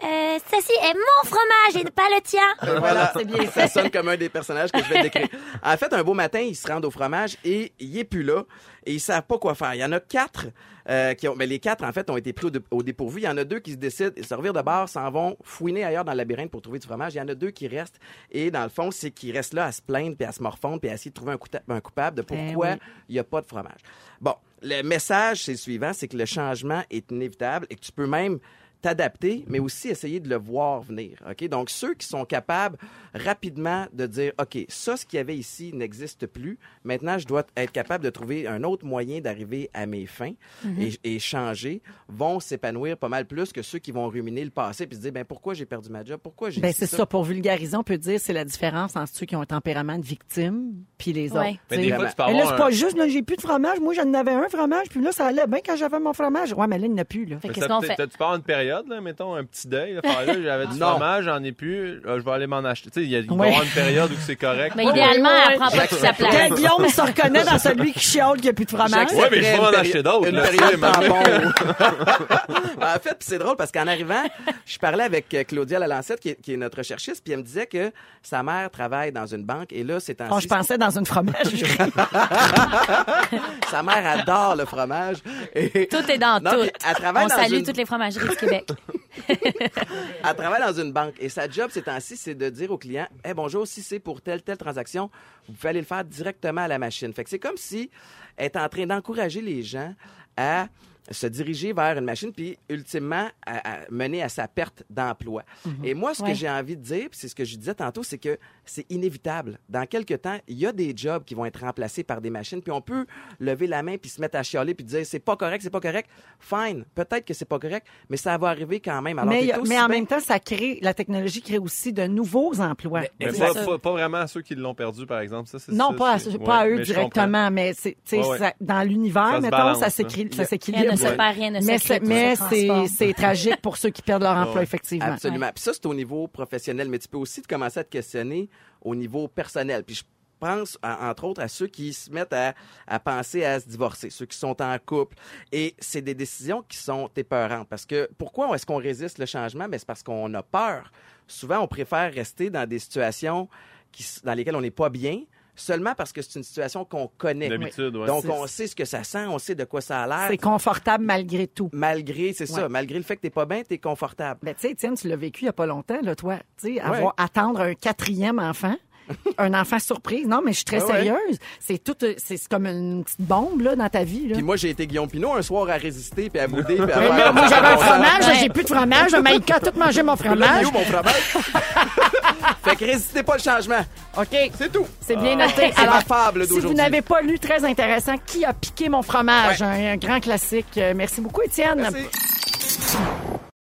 Speaker 8: Euh, ceci est mon fromage et pas le tien.
Speaker 3: Et voilà, ça sonne comme un des personnages que je vais décrire. En fait, un beau matin, ils se rendent au fromage et il est plus là et ils savent pas quoi faire. Il y en a quatre euh, qui ont, mais les quatre en fait ont été pris au, dé- au dépourvu. Il y en a deux qui se décident de servir de bord, s'en vont fouiner ailleurs dans le labyrinthe pour trouver du fromage. Il y en a deux qui restent et dans le fond, c'est qu'ils restent là à se plaindre puis à se morfondre puis à essayer de trouver un, couta- un coupable de pourquoi il n'y a pas de fromage. Bon, le message c'est le suivant, c'est que le changement est inévitable et que tu peux même t'adapter, mais aussi essayer de le voir venir. OK? Donc, ceux qui sont capables rapidement de dire, OK, ça, ce qu'il y avait ici n'existe plus. Maintenant, je dois être capable de trouver un autre moyen d'arriver à mes fins
Speaker 7: Mm-hmm.
Speaker 3: et, et changer, vont s'épanouir pas mal plus que ceux qui vont ruminer le passé puis se dire, ben, pourquoi j'ai perdu ma job? Pourquoi j'ai
Speaker 7: Ben,
Speaker 3: ici
Speaker 7: c'est ça. Pour vulgariser, on peut dire c'est la différence entre ceux qui ont un tempérament de victime puis les
Speaker 4: Ouais.
Speaker 7: autres.
Speaker 5: Mais
Speaker 7: tu
Speaker 5: des
Speaker 7: sais.
Speaker 5: fois, tu peux
Speaker 7: Mais là,
Speaker 5: avoir
Speaker 7: c'est
Speaker 5: un-
Speaker 7: pas juste, là, j'ai plus de fromage. Moi, j'en avais un fromage, puis là, ça allait bien quand j'avais mon fromage. Ouais, mais là, il n'y en a plus, là.
Speaker 4: Fait que
Speaker 5: Mais
Speaker 4: qu'est-ce
Speaker 5: t'as-
Speaker 4: qu'on
Speaker 5: t'as-
Speaker 4: fait?
Speaker 5: t'as- Tu pars une période, là, mettons, un petit deuil. là, faire, là, J'avais du
Speaker 3: Non.
Speaker 5: fromage, j'en ai plus. là, je vais aller m'en acheter. Tu sais, il y a il va y
Speaker 7: Ouais.
Speaker 5: avoir une période où c'est correct.
Speaker 4: Mais
Speaker 5: Ouais,
Speaker 4: idéalement,
Speaker 7: ouais,
Speaker 4: elle prend pas toute sa place.
Speaker 7: Quand Guillaume se reconnaît dans celui qui chiale qu'il n'y a plus de fromage.
Speaker 5: Ouais, mais je vais
Speaker 3: Une
Speaker 5: en
Speaker 3: péri-
Speaker 5: acheter d'autres,
Speaker 3: une
Speaker 5: là,
Speaker 3: période
Speaker 5: tu sais, mais-
Speaker 3: tampon. Ben, en fait, puis c'est drôle parce qu'en arrivant, je parlais avec euh, Claudia Lalancette, qui est, qui est notre recherchiste, puis elle me disait que sa mère travaille dans une banque et là, c'est en
Speaker 7: Bon, Oh, je pensais dans une fromagerie.
Speaker 3: Sa mère adore le fromage. Et
Speaker 4: Tout est dans
Speaker 3: Non,
Speaker 4: tout.
Speaker 3: mais elle travaille
Speaker 4: On
Speaker 3: dans
Speaker 4: salue
Speaker 3: une-
Speaker 4: toutes les fromageries du Québec.
Speaker 3: elle travaille dans une banque et sa job ces temps-ci, c'est de dire au client Eh bonjour, si c'est pour telle, telle transaction, vous pouvez aller le faire directement à la machine. Fait que c'est comme si elle est en train d'encourager les gens à se diriger vers une machine, puis ultimement à, à mener à sa perte d'emploi.
Speaker 7: Mhm.
Speaker 3: Et moi, ce
Speaker 4: Ouais.
Speaker 3: que j'ai envie de dire, puis c'est ce que je disais tantôt, c'est que c'est inévitable. Dans quelques temps, il y a des jobs qui vont être remplacés par des machines, puis on peut lever la main puis se mettre à chialer puis dire c'est pas correct, c'est pas correct. Fine, peut-être que c'est pas correct, mais ça va arriver quand même. Alors,
Speaker 7: mais,
Speaker 3: t'es
Speaker 7: y a-
Speaker 3: aussi
Speaker 7: mais en
Speaker 3: bien-
Speaker 7: même temps, ça crée, la technologie crée aussi de nouveaux emplois.
Speaker 5: Mais
Speaker 7: C'est
Speaker 5: pas,
Speaker 7: ça.
Speaker 5: pas- pas vraiment à ceux qui l'ont perdu, par exemple. Ça, c'est-
Speaker 7: Non,
Speaker 5: ça,
Speaker 7: pas à,
Speaker 5: c'est-
Speaker 7: pas à
Speaker 5: ouais,
Speaker 7: eux
Speaker 5: mais je
Speaker 7: directement, mais c'est, tu sais,
Speaker 5: Ouais, ouais.
Speaker 7: ça- dans l'univers,
Speaker 5: Ça se
Speaker 7: mettons,
Speaker 5: balance,
Speaker 7: ça
Speaker 5: hein.
Speaker 7: s'équilibre. Ça
Speaker 4: Rien ne
Speaker 7: s'équilibre.
Speaker 4: se perd, rien ne se
Speaker 7: Mais,
Speaker 4: crée,
Speaker 7: c'est,
Speaker 4: tout
Speaker 7: mais
Speaker 4: se
Speaker 7: c'est,
Speaker 4: transforme.
Speaker 7: c'est tragique pour ceux qui perdent leur emploi, effectivement.
Speaker 3: Absolument. Puis ça, c'est au niveau professionnel, mais tu peux aussi te commencer à te questionner au niveau personnel. Puis je pense, à- entre autres, à ceux qui se mettent à, à penser à se divorcer, ceux qui sont en couple. Et c'est des décisions qui sont épeurantes. Parce que pourquoi est-ce qu'on résiste le changement? Ben, c'est parce qu'on a peur. Souvent, on préfère rester dans des situations qui, s- dans lesquelles on n'est pas bien seulement parce que c'est une situation qu'on connaît.
Speaker 5: D'habitude, ouais.
Speaker 3: Donc,
Speaker 5: C'est-
Speaker 3: on sait ce que ça sent, on sait de quoi ça a l'air.
Speaker 7: C'est confortable malgré tout.
Speaker 3: Malgré, c'est ça,
Speaker 7: Ouais.
Speaker 3: malgré le fait que t'es pas bien, t'es confortable.
Speaker 7: Ben, tu sais, Étienne, tu l'as vécu il n'y a pas longtemps, là, toi. Tu sais, avoir, attendre un quatrième enfant. un enfant surprise. Non, mais je suis très
Speaker 3: Ouais, ouais.
Speaker 7: sérieuse. C'est tout, euh, c'est c'est comme une petite bombe, là, dans ta vie, là.
Speaker 3: Puis moi, j'ai été Guillaume Pinot un soir à résister puis à bouder. Puis à
Speaker 7: Mais
Speaker 3: faire
Speaker 7: là, moi, j'avais un
Speaker 3: Bon, ça-
Speaker 7: fromage,
Speaker 4: Ouais.
Speaker 7: j'ai plus de fromage. Maïka a tout mangé mon
Speaker 3: Là, il est
Speaker 7: fromage.
Speaker 3: où mon fromage? fait que résistez pas le changement.
Speaker 7: OK.
Speaker 3: C'est tout.
Speaker 7: C'est bien
Speaker 5: Ah.
Speaker 7: noté.
Speaker 3: C'est ma fable
Speaker 7: si vous
Speaker 3: d'aujourd'hui.
Speaker 7: n'avez pas lu très intéressant, qui a piqué mon fromage? Un, un grand classique. Euh, Merci beaucoup, Étienne.
Speaker 3: Merci.